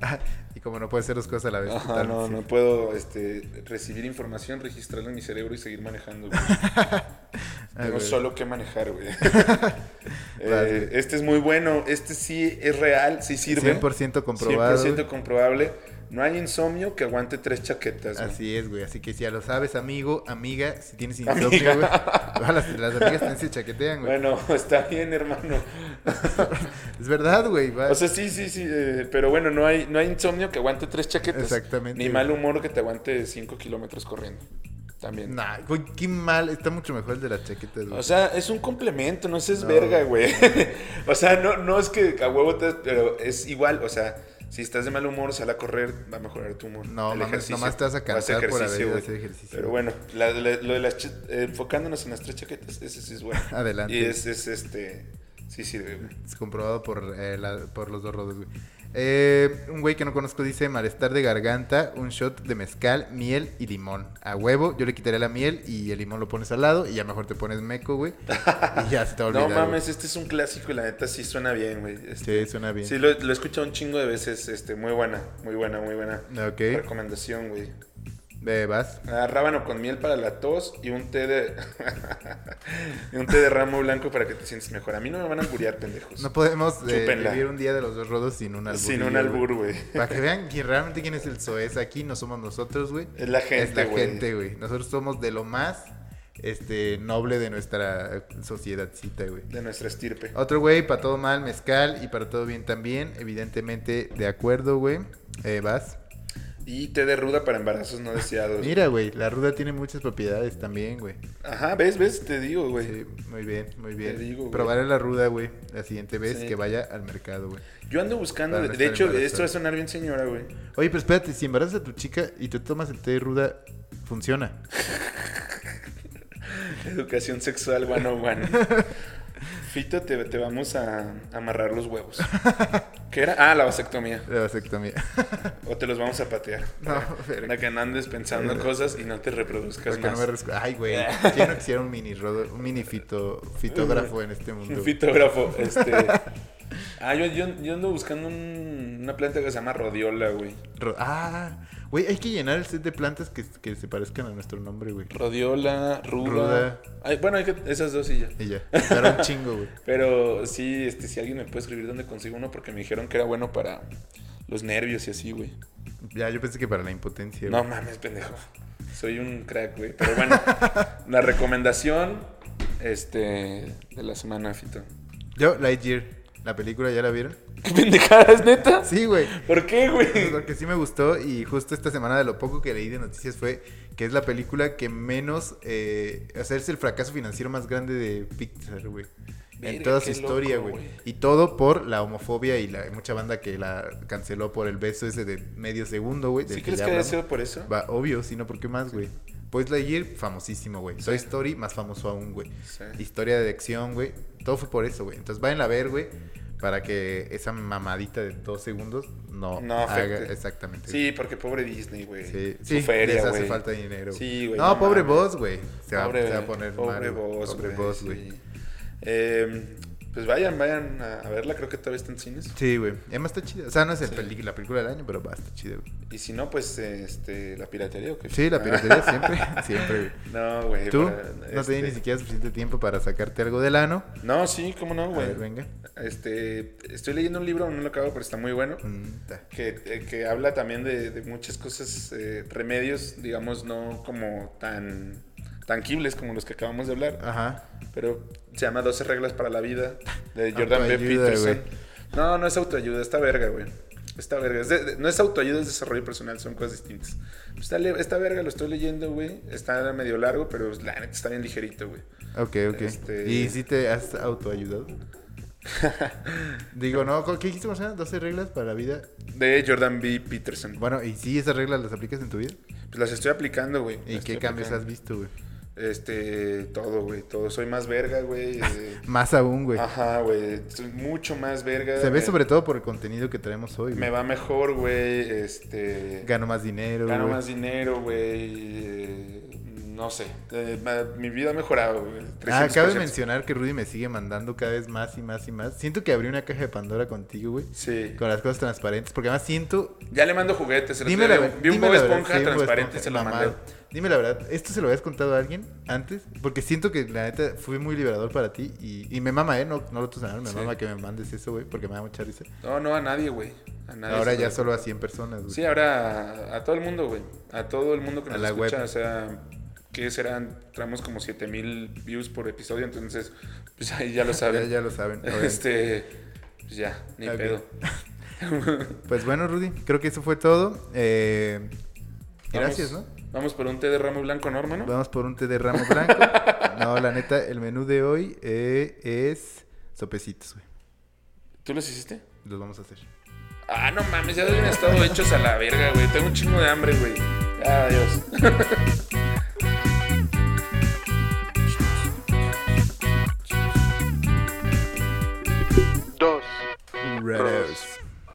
Y como no puedes hacer dos cosas a la vez. Ajá, total, no, Ah, sí. no puedo este, recibir información, registrarla en mi cerebro y seguir manejando. güey. Ah, Tengo güey. solo que manejar, güey. Eh, este es muy bueno, este sí es real, sí sirve. 100% comprobado. 100% comprobable. No hay insomnio que aguante tres chaquetas. güey. Así es, güey. Así que si ya lo sabes, amigo, amiga, si tienes Amiga. insomnio, güey. todas Las, las amigas también se chaquetean, güey. Bueno, está bien, hermano. Es verdad, güey. va. O sea, sí, sí, sí, eh, pero bueno, no hay, no hay insomnio que aguante tres chaquetas. Exactamente. Ni mal humor que te aguante cinco kilómetros corriendo. También. Nah, güey, qué mal. Está mucho mejor el de las chaquetas, güey. O sea, es un complemento, no seas No. verga, güey. o sea, no, no es que a huevo te... Pero es igual, o sea, si estás de mal humor, sal a correr, va a mejorar tu humor. No, El mames, ejercicio. nomás te vas a Haz cansar por haber ido a güey. hacer ejercicio. Pero bueno, la- la- lo de las... cha- eh, enfocándonos en las tres chaquetas, ese sí es bueno. Adelante. Y es, es este... Sí sirve, güey. Es comprobado por, eh, la- por los dos rodos, güey. Eh, un güey que no conozco dice malestar de garganta, un shot de mezcal, miel y limón. A huevo, yo le quitaría la miel y el limón lo pones al lado y ya mejor te pones meco, güey. Y ya se te va a No olvidar. mames, güey. este es un clásico y la neta sí suena bien, güey. Este, Sí, suena bien. sí, lo, lo he escuchado un chingo de veces. Este, muy buena, muy buena, muy buena. Ok, Recomendación, güey. eh, vas. Ah, rábano con miel para la tos y un té de. y un té de ramo blanco para que te sientes mejor. A mí no me van a alburear, pendejos. No podemos eh, Chúpenla. vivir un día de los dos rodos sin un albur. Sin un güey. albur, güey. Para que vean que realmente quién es el soez aquí, no somos nosotros, güey. Es la es la gente, güey. gente, güey. Nosotros somos de lo más este noble de nuestra eh, sociedadcita, güey. De nuestra estirpe. Otro güey, para todo mal, mezcal y para todo bien también. Evidentemente, de acuerdo, güey. Eh, vas. Y té de ruda para embarazos no deseados. Mira, güey, la ruda tiene muchas propiedades también, güey. Ajá, ves, ves, te digo, güey. Sí, muy bien, muy bien. Pues Te digo, güey. Probaré la ruda, güey, la siguiente vez Sí. que vaya al mercado, güey. Yo ando buscando. Para De, no de estar hecho, embarazada. esto va a sonar bien, señora, güey. Oye, pero espérate, si embarazas a tu chica y te tomas el té de ruda, funciona. Educación sexual 101. Fito, te, te vamos a amarrar los huevos. ¿Qué era? Ah, la vasectomía. La vasectomía. O te los vamos a patear. No, pero. Eh, Para que no andes pensando cosas y no te reproduzcas Para que no más. me rescu- Ay, güey. ¿Quién no quisiera un mini rodo, un mini fito, fitógrafo en este mundo? Un fitógrafo, este. Ah, yo, yo- yo ando buscando un- una planta que se llama rodiola, güey. Ro- Ah, güey, hay que llenar el set de plantas que, que se parezcan a nuestro nombre, güey. Rodiola, ruda. Ruda. Ay, bueno, hay que, esas dos y ya. Y ya. Pero un chingo, güey. Pero sí, este, si alguien me puede escribir dónde consigo uno, porque me dijeron que era bueno para los nervios y así, güey. Ya, yo pensé que para la impotencia, No güey. mames, pendejo. Soy un crack, güey. Pero bueno, la recomendación este, de la semana, Fito. Yo, Lightyear, la película, ¿ya la vieron? ¿Qué pendejadas, neta? Sí, güey. ¿Por qué, güey? Porque sí me gustó y justo esta semana de lo poco que leí de noticias fue que es la película que menos, eh, o sea, es el fracaso financiero más grande de Pixar, güey. En Verga, toda su qué historia, loco, güey. güey. Y todo por la homofobia y la mucha banda que la canceló por el beso ese de medio segundo, güey. del ¿Sí crees ya que haya hablamos. sido por eso? Va, obvio, si no, ¿por qué más, güey? Pues Lightyear, famosísimo, güey. Toy Story, más famoso aún, güey. Sí. Historia de acción, güey. Todo fue por eso, güey. Entonces vayan a ver, güey, para que esa mamadita de dos segundos no, No afecte. haga exactamente. Sí, porque pobre Disney, güey. sí, Su sí, feria, les güey. hace falta dinero. Sí, güey. No, pobre mames. vos, güey. Se, va- se va a poner pobre mal. güey. Vos, pobre güey. vos, güey. sí. Eh, pues vayan, vayan a, a verla. Creo que todavía está en cines. Sí, güey. Además está chida. O sea, no es el Sí. peli- la película del año, pero va, está chida, güey. Y si no, pues este, la piratería o qué. Sí, la Ah. piratería siempre, siempre, güey. No, güey. Tú para- no este- tenías ni siquiera suficiente tiempo para sacarte algo del ano. No, sí, cómo no, A güey. ver, venga. Este, estoy leyendo un libro, no lo acabo, pero está muy bueno. Mm, ta. Que, eh, que habla también de, de muchas cosas, eh, remedios, digamos, no como tan tangibles como los que acabamos de hablar. Ajá. Pero se llama 12 reglas para la vida de Jordan B. Autoayuda, Peterson. güey. No, no es autoayuda, está verga, güey. Está verga. Es de- de- no es autoayuda, es desarrollo personal, son cosas distintas. Está, le- está verga, lo estoy leyendo, güey. Está medio largo, pero la neta está bien ligerito, güey. Ok, ok. Este- ¿Y si te has autoayudado? Digo, no, ¿qué dijiste, Marcela? 12 reglas para la vida. De Jordan B. Peterson. Bueno, ¿y si esas reglas las aplicas en tu vida? Pues las estoy aplicando, güey. ¿Y Las qué estoy cambios has aplicando. visto, güey? Este, todo, güey, todo. Soy más verga, güey. eh, Más aún, güey. Ajá, güey. Soy mucho más verga. Se ve me- sobre todo por el contenido que traemos hoy, eh, Me güey. va mejor, güey. Este. Gano más dinero, Gano güey. más dinero, güey. eh, No sé. Eh, ma- mi vida ha mejorado, güey. Ah, 300%. cabe mencionar que Rudy me sigue mandando cada vez más y más y más. Siento que abrí una caja de Pandora contigo, güey. Sí. Con las cosas transparentes, porque además siento... Ya le mando juguetes. el Dime otro la día verdad. Vi un dime Bob la verdad, Esponja sí, un Bob transparente Esponja, se lo mamado. mandé. Dime la verdad, ¿esto se lo habías contado a alguien antes? Porque siento que la neta fue muy liberador para ti y, y me mama, ¿eh? No, no lo tosaron, me Sí. mama que me mandes eso, güey, porque me da mucha risa. No, no, a nadie, güey. A nadie. Ahora se lo- ya solo a 100 personas, güey. Sí, ahora a, a todo el mundo, güey. A todo el mundo que A nos la escucha. web. O sea, que serán, traemos como 7000 views por episodio. Entonces, pues ahí ya lo ya, saben. ya lo saben. obviamente. este. Pues ya, ni Ok. pedo. Pues bueno, Rudy, creo que eso fue todo. Eh, Gracias, ¿no? Vamos por un té de ramo blanco, Norma, ¿no? Vamos por un té de ramo blanco. no, la neta, el menú de hoy eh, es sopecitos, güey. ¿Tú los hiciste? Los vamos a hacer. Ah, no mames, ya deben estado hechos a la verga, güey. Tengo un chingo de hambre, güey. Adiós. Dos. Raros.